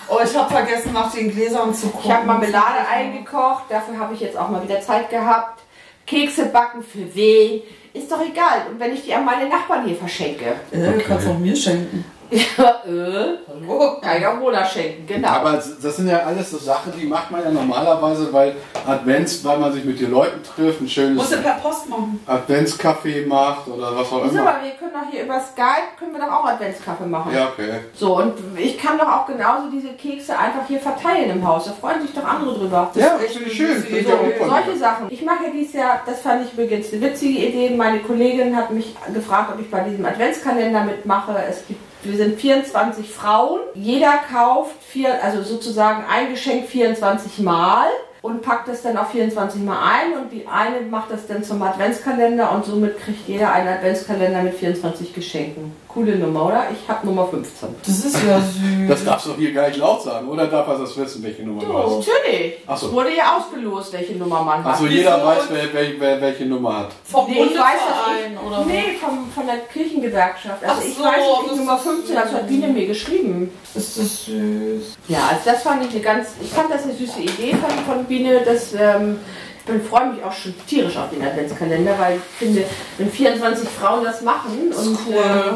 Speaker 3: Oh, ich habe vergessen, nach den Gläsern zu gucken.
Speaker 2: ich habe Marmelade eingekocht, dafür habe ich jetzt auch mal wieder Zeit gehabt. Kekse backen für wen? Ist doch egal. Und wenn ich die an meine Nachbarn hier verschenke.
Speaker 3: Äh, kannst auch mir schenken.
Speaker 2: Ja, äh,
Speaker 3: Hallo?
Speaker 2: kann ich auch Mona schenken, genau.
Speaker 1: Aber das sind ja alles so Sachen, die macht man ja normalerweise, weil Advents, weil man sich mit den Leuten trifft, ein schönes
Speaker 3: Musst du per Post machen.
Speaker 1: Adventskaffee macht oder was auch
Speaker 2: Wieso,
Speaker 1: immer.
Speaker 2: aber wir können doch hier über Skype, können wir doch auch Adventskaffee machen.
Speaker 1: Ja, okay.
Speaker 2: So, und ich kann doch auch genauso diese Kekse einfach hier verteilen im Haus. Da freuen sich doch andere drüber.
Speaker 1: Ja,
Speaker 3: ist echt
Speaker 1: finde
Speaker 3: eine
Speaker 1: ich schön.
Speaker 3: süße
Speaker 1: Finde ich
Speaker 3: Idee.
Speaker 1: auch gut von
Speaker 2: Solche
Speaker 1: dir.
Speaker 2: Sachen. Ich mache dieses Jahr, das fand ich übrigens eine witzige Idee. Meine Kollegin hat mich gefragt, ob ich bei diesem Adventskalender mitmache. Es gibt, wir sind 24 Frauen. Jeder kauft vier, also sozusagen ein Geschenk 24 Mal und packt es dann auch 24 Mal ein und die eine macht das dann zum Adventskalender und somit kriegt jeder einen Adventskalender mit 24 Geschenken. Coole Nummer, oder? Ich habe Nummer 15.
Speaker 3: Das ist ja süß.
Speaker 1: Das darfst du hier gar nicht laut sagen, oder darf er das wissen, welche Nummer du hast?
Speaker 2: Natürlich.
Speaker 1: Ach so.
Speaker 2: Es wurde ja ausgelost, welche Nummer man hat.
Speaker 1: Achso,
Speaker 3: Wieso?
Speaker 1: jeder weiß, wer, wer, wer welche Nummer hat.
Speaker 3: vom
Speaker 2: Nee, ich weiß das
Speaker 3: Hundeverein
Speaker 2: nicht.
Speaker 3: oder
Speaker 2: Nee, vom, von der Kirchengewerkschaft. Also
Speaker 3: Ach
Speaker 2: ich
Speaker 3: so,
Speaker 2: weiß nicht,
Speaker 3: das
Speaker 2: die Nummer
Speaker 3: ist
Speaker 2: 15, das hat Biene mir geschrieben.
Speaker 3: was? Ist das süß.
Speaker 2: Ja, also das fand ich eine ganz, ich fand das eine süße Idee von, von Biene, dass, ähm, ich bin, freue mich auch schon tierisch auf den Adventskalender, weil ich finde, wenn 24 Frauen das machen und
Speaker 3: cool.
Speaker 2: ähm,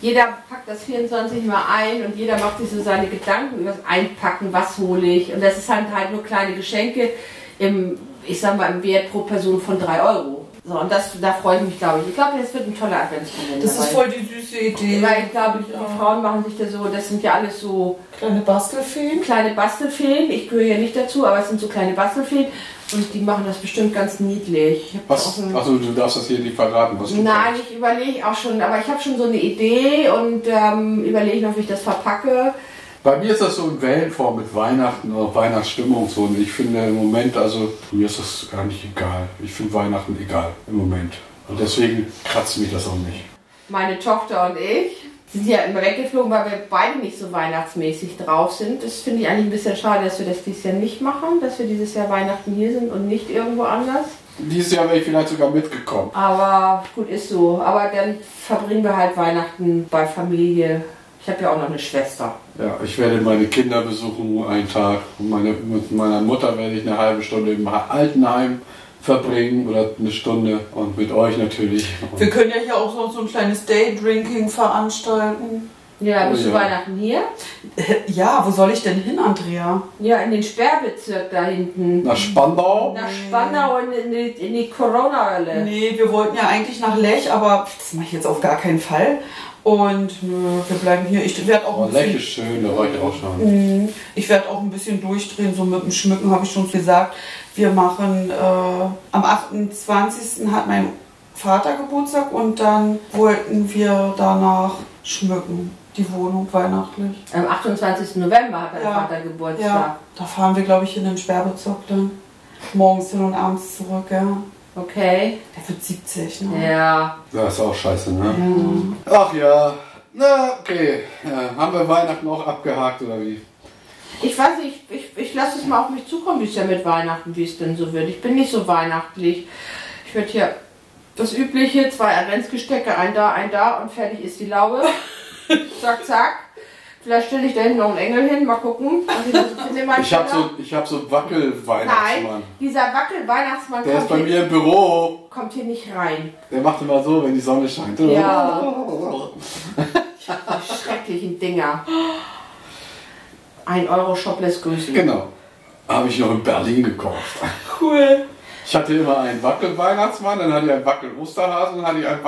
Speaker 2: jeder packt das 24 mal ein und jeder macht sich so seine Gedanken über das Einpacken, was hole ich. Und das ist halt halt nur kleine Geschenke im, ich sag mal, im Wert pro Person von 3 Euro. So, und das, da freue ich mich, glaube ich. Ich glaube, das wird ein toller Adventskalender.
Speaker 3: Das ist
Speaker 2: weil-
Speaker 3: voll die süße Idee.
Speaker 2: Weil ich glaube, die
Speaker 3: Ja.
Speaker 2: Frauen machen sich da so, das sind ja alles so
Speaker 3: Kleine Bastelfeen.
Speaker 2: kleine Bastelfeen. Ich gehöre ja nicht dazu, aber es sind so kleine Bastelfeen. Und die machen das bestimmt ganz niedlich. Ich hab auch
Speaker 1: Was?
Speaker 2: so ein-
Speaker 1: Achso, du darfst das hier nicht verraten, was du
Speaker 2: Nein,
Speaker 1: kannst.
Speaker 2: ich überlege auch schon, aber ich habe schon so eine Idee und ähm, überlege noch, wie ich das verpacke.
Speaker 1: Bei mir ist das so in Wellenform mit Weihnachten oder Weihnachtsstimmung so. Und ich finde im Moment, also mir ist das gar nicht egal. Ich finde Weihnachten egal im Moment. Und deswegen kratzt mich das auch nicht.
Speaker 2: Meine Tochter und ich sind ja immer weggeflogen, weil wir beide nicht so weihnachtsmäßig drauf sind. Das finde ich eigentlich ein bisschen schade, dass wir das dieses Jahr nicht machen, dass wir dieses Jahr Weihnachten hier sind und nicht irgendwo anders.
Speaker 1: Dieses Jahr wäre ich vielleicht sogar mitgekommen.
Speaker 2: Aber gut, ist so. Aber dann verbringen wir halt Weihnachten bei Familie. Ich habe ja auch noch eine Schwester.
Speaker 1: Ja, ich werde meine Kinder besuchen einen Tag. Und meine, mit meiner Mutter werde ich eine halbe Stunde im Altenheim verbringen oder eine Stunde. Und mit euch natürlich. Und
Speaker 3: Wir können ja hier auch so, so ein kleines Daydrinking veranstalten.
Speaker 2: Ja, bist
Speaker 1: Oh
Speaker 2: du
Speaker 1: ja.
Speaker 2: Weihnachten hier?
Speaker 3: Hä, Ja, wo soll ich denn hin, Andrea?
Speaker 2: Ja, in den Sperrbezirk da hinten.
Speaker 1: nach Spandau.
Speaker 2: Nach
Speaker 3: Oh.
Speaker 2: Spandau und in die, in die Corona-Hölle.
Speaker 3: Äh. Nee, wir wollten ja eigentlich nach Lech, aber das mache ich jetzt auf gar keinen Fall. Und nö, wir bleiben hier. Ich werde auch,
Speaker 1: Oh,
Speaker 3: ein
Speaker 1: Lech ist
Speaker 3: bisschen-
Speaker 1: schön, da war ich auch schon.
Speaker 3: Mhm. Ich werd auch ein bisschen durchdrehen, so mit dem Schmücken habe ich schon gesagt. Wir machen, äh, am 28. hat mein Vater Geburtstag und dann wollten wir danach schmücken, die Wohnung weihnachtlich.
Speaker 2: Am 28. November hat dein
Speaker 3: Ja.
Speaker 2: Vater Geburtstag.
Speaker 3: Ja, da fahren wir, glaube ich, in den Sperrbezirk dann. Morgens hin und abends zurück, ja.
Speaker 2: Okay.
Speaker 3: Der wird 70, ne?
Speaker 2: Ja.
Speaker 1: Ja, ist auch scheiße, ne? Ach ja. Na, okay. Ja, haben wir Weihnachten auch abgehakt oder wie?
Speaker 2: Ich weiß nicht, ich, ich, ich lasse es mal auf mich zukommen, wie es ja mit Weihnachten, wie es denn so wird. Ich bin nicht so weihnachtlich. Ich werde hier das übliche, zwei Adventsgestecke, ein da, ein da und fertig ist die Laube. zack, zack. Vielleicht stelle ich da hinten noch einen Engel hin, mal gucken. was ich so finde, mein
Speaker 1: Ich habe
Speaker 2: Keller.
Speaker 1: so, ich hab so einen
Speaker 2: Nein,
Speaker 1: Wackel-Weihnachtsmann.
Speaker 2: dieser Wackel-Weihnachtsmann
Speaker 1: Der ist bei
Speaker 2: kommt, hier-
Speaker 1: mir im Büro.
Speaker 2: kommt hier nicht rein.
Speaker 1: Der macht immer so, wenn die Sonne scheint.
Speaker 2: Ja. Die schrecklichen Dinger. Ein Euro Shopless grüßen.
Speaker 1: Genau. Habe ich noch in Berlin gekauft.
Speaker 3: Cool.
Speaker 1: Ich hatte immer einen Wackel-Weihnachtsmann, dann hatte ich einen Wackel-Osterhasen, dann hatte ich einen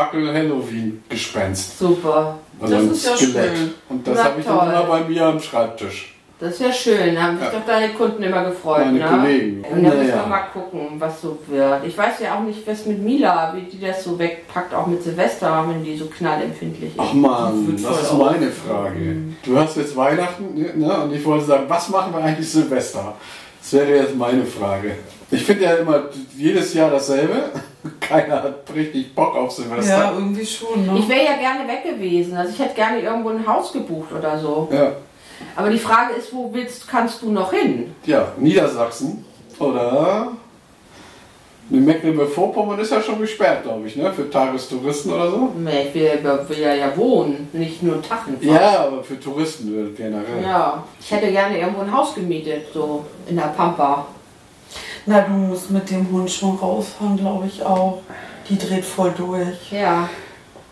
Speaker 1: Wackel-Halloween-Gespenst.
Speaker 2: Super.
Speaker 1: Also
Speaker 3: Das
Speaker 1: ein
Speaker 3: ist ja
Speaker 1: Skelett.
Speaker 3: schön.
Speaker 1: Und das
Speaker 2: Na
Speaker 1: habe ich dann
Speaker 2: toll.
Speaker 1: immer bei mir am Schreibtisch.
Speaker 2: Das wäre schön, da haben sich
Speaker 1: Ja.
Speaker 2: doch deine Kunden immer gefreut,
Speaker 1: Meine
Speaker 2: ne?
Speaker 1: Kollegen.
Speaker 2: Und dann müssen
Speaker 1: Naja.
Speaker 2: wir mal gucken, was so wird. Ich weiß ja auch nicht, was mit Mila, wie die das so wegpackt, auch mit Silvester, wenn die so knallempfindlich ist.
Speaker 1: Ach man,
Speaker 3: Das wird
Speaker 1: das ist
Speaker 3: voll auf.
Speaker 1: meine Frage. Du hast jetzt Weihnachten ne, und ich wollte sagen, was machen wir eigentlich Silvester? Das wäre jetzt meine Frage. Ich finde ja immer jedes Jahr dasselbe. Keiner hat richtig Bock auf
Speaker 3: Ja,
Speaker 1: Silvester.
Speaker 3: irgendwie schon, ne?
Speaker 2: Ich wäre ja gerne weg gewesen, also ich hätte gerne irgendwo ein Haus gebucht oder so.
Speaker 1: Ja. ja.
Speaker 2: Aber die Frage ist, wo willst, kannst du noch hin?
Speaker 1: Niedersachsen oder Ne, Mecklenburg-Vorpommern ist ja schon gesperrt, glaube ich, ne? für Tagestouristen oder so.
Speaker 2: Nee, Ich will, will ja, ja wohnen, nicht nur Tachen.
Speaker 1: Ja, aber für Touristen generell.
Speaker 2: Ja, ich hätte gerne irgendwo ein Haus gemietet, so in der Pampa.
Speaker 3: Na, du musst mit dem Hund schon rausfahren, glaube ich auch. Die dreht voll durch.
Speaker 2: Ja,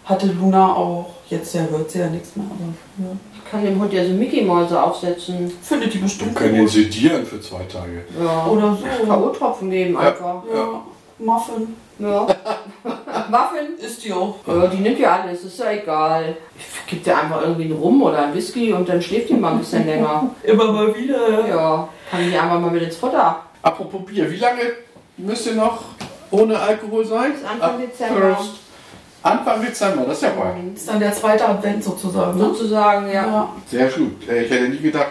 Speaker 3: Hatte Luna auch. Jetzt ja, hört sie ja nichts mehr, aber früher.
Speaker 2: ich kann dem Hund ja so Mickey Mäuse aufsetzen.
Speaker 3: Findet die
Speaker 1: Wir
Speaker 3: bestimmt
Speaker 1: können ihn
Speaker 3: gut.
Speaker 1: sedieren für zwei Tage.
Speaker 2: Ja.
Speaker 3: Oder so.
Speaker 2: K.O.-Tropfen geben
Speaker 1: Ja.
Speaker 2: einfach.
Speaker 3: Ja, Muffin.
Speaker 2: Ja. Muffin?
Speaker 3: Ist die auch.
Speaker 2: Ja, die nimmt ja alles, ist ja egal. Ich gebe dir einfach irgendwie einen Rum oder einen Whisky und dann schläft die mal ein bisschen länger.
Speaker 3: Immer mal wieder.
Speaker 2: Ja, kann ich die einfach mal mit ins Futter.
Speaker 1: Apropos Bier, wie lange müsst ihr noch ohne Alkohol sein?
Speaker 2: Bis Anfang
Speaker 1: Ab
Speaker 2: Dezember.
Speaker 1: First. Anfang Dezember, das ist ja bald.
Speaker 3: Ist dann der zweite Advent sozusagen, ne?
Speaker 2: Sozusagen, ja.
Speaker 3: Ja.
Speaker 1: Sehr gut. Äh, Ich hätte nie gedacht,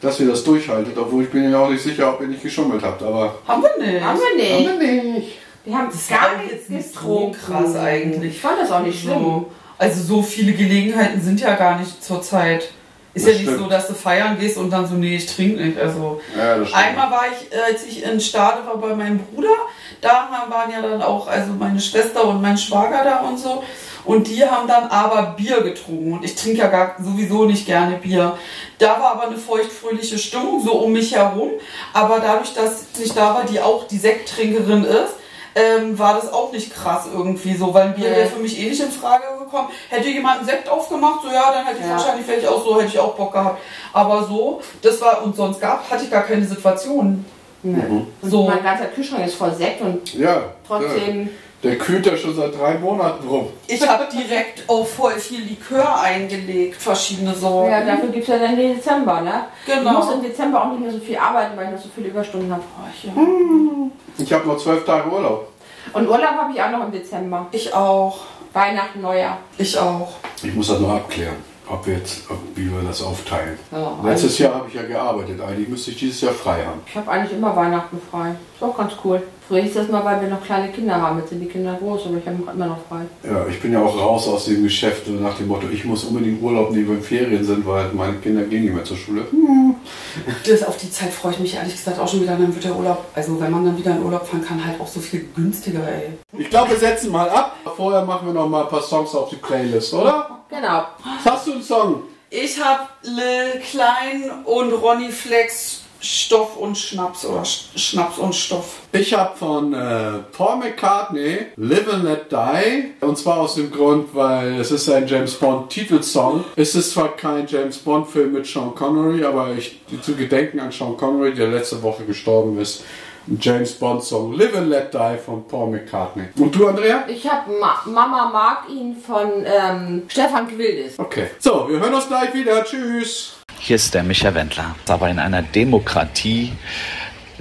Speaker 1: dass ihr das durchhaltet, obwohl ich bin ja auch nicht sicher, ob ihr nicht geschummelt habt, aber.
Speaker 3: Haben wir nicht.
Speaker 2: Haben wir nicht.
Speaker 1: Haben wir nicht.
Speaker 2: Wir haben
Speaker 3: Das
Speaker 2: gar
Speaker 3: war
Speaker 2: nichts
Speaker 3: jetzt nicht so
Speaker 2: getrunken.
Speaker 3: krass eigentlich.
Speaker 2: Ich fand das auch nicht schlimm.
Speaker 3: So. Also so viele Gelegenheiten sind ja gar nicht zur Zeit. Ist
Speaker 1: Das
Speaker 3: ja nicht
Speaker 1: stimmt.
Speaker 3: so, dass du feiern gehst und dann so, nee, ich trinke nicht. Also
Speaker 1: Ja, das stimmt.
Speaker 3: einmal war ich, äh, als ich in Stade war bei meinem Bruder, da haben- waren ja dann auch, also meine Schwester und mein Schwager da und so. Und die haben dann aber Bier getrunken. Und ich trinke ja gar, sowieso nicht gerne Bier. Da war aber eine feuchtfröhliche Stimmung so um mich herum. Aber dadurch, dass ich nicht da war, die auch die Sekttrinkerin ist, ähm, war das auch nicht krass irgendwie so, weil Bier
Speaker 2: Nee.
Speaker 3: wäre für mich eh nicht in Frage gekommen. Hätte jemand einen Sekt aufgemacht, so ja, dann hätte ich
Speaker 2: Ja.
Speaker 3: wahrscheinlich vielleicht auch so, hätte ich auch Bock gehabt. Aber so, das war, und sonst gab, hatte ich gar keine Situation.
Speaker 2: Nee. Ne. Und
Speaker 3: So.
Speaker 1: Mhm.
Speaker 2: mein ganzer Kühlschrank ist voll Sekt und
Speaker 1: Ja.
Speaker 2: trotzdem.
Speaker 1: ja. Der kühlt ja schon seit drei Monaten rum.
Speaker 3: Ich habe direkt auch voll viel Likör eingelegt, verschiedene Sorten.
Speaker 2: Ja, dafür gibt es ja dann den Dezember, ne?
Speaker 3: Genau.
Speaker 2: Ich muss im Dezember auch nicht mehr so viel arbeiten, weil ich noch so viele Überstunden habe.
Speaker 3: Ach ja.
Speaker 1: Ich habe noch zwölf Tage Urlaub.
Speaker 2: Und Urlaub habe ich auch noch im Dezember.
Speaker 3: Ich auch.
Speaker 2: Weihnachten, Neujahr.
Speaker 3: Ich auch.
Speaker 1: Ich muss das noch abklären, ob wir jetzt, ob, wie wir das aufteilen.
Speaker 2: Ja, also
Speaker 1: Letztes Jahr habe ich ja gearbeitet. Eigentlich müsste ich dieses Jahr frei haben.
Speaker 2: Ich habe eigentlich immer Weihnachten frei. Ist auch ganz cool. Früher hieß das mal, weil wir noch kleine Kinder haben. Jetzt sind die Kinder groß, aber ich habe immer noch frei.
Speaker 1: Ja, ich bin ja auch raus aus dem Geschäft und nach dem Motto, ich muss unbedingt Urlaub nehmen, wenn Ferien sind, weil meine Kinder gehen nicht mehr zur Schule.
Speaker 3: Das, auf die Zeit freue ich mich ehrlich gesagt auch schon wieder. Dann wird der Urlaub, also wenn man dann wieder in Urlaub fahren kann, halt auch so viel günstiger, ey.
Speaker 1: Ich glaube, wir setzen mal ab. Vorher machen wir noch mal ein paar Songs auf die Playlist, oder?
Speaker 2: Genau.
Speaker 1: Was hast du einen Song?
Speaker 3: Ich habe Lil Klein und Ronny Flex Stoff und Schnaps oder Sch- Schnaps und Stoff.
Speaker 1: Ich habe von äh, Paul McCartney Live and Let Die. Und zwar aus dem Grund, weil es ist ein James Bond Titelsong. Es ist zwar kein James Bond Film mit Sean Connery, aber ich zu gedenken an Sean Connery, der letzte Woche gestorben ist. Ein James Bond Song Live and Let Die von Paul McCartney. Und du, Andrea?
Speaker 2: Ich habe Ma Mama mag ihn von ähm, Stefan Quildes.
Speaker 1: Okay. So, wir hören uns gleich wieder. Tschüss.
Speaker 4: Hier ist der Micha Wendler. Aber in einer Demokratie,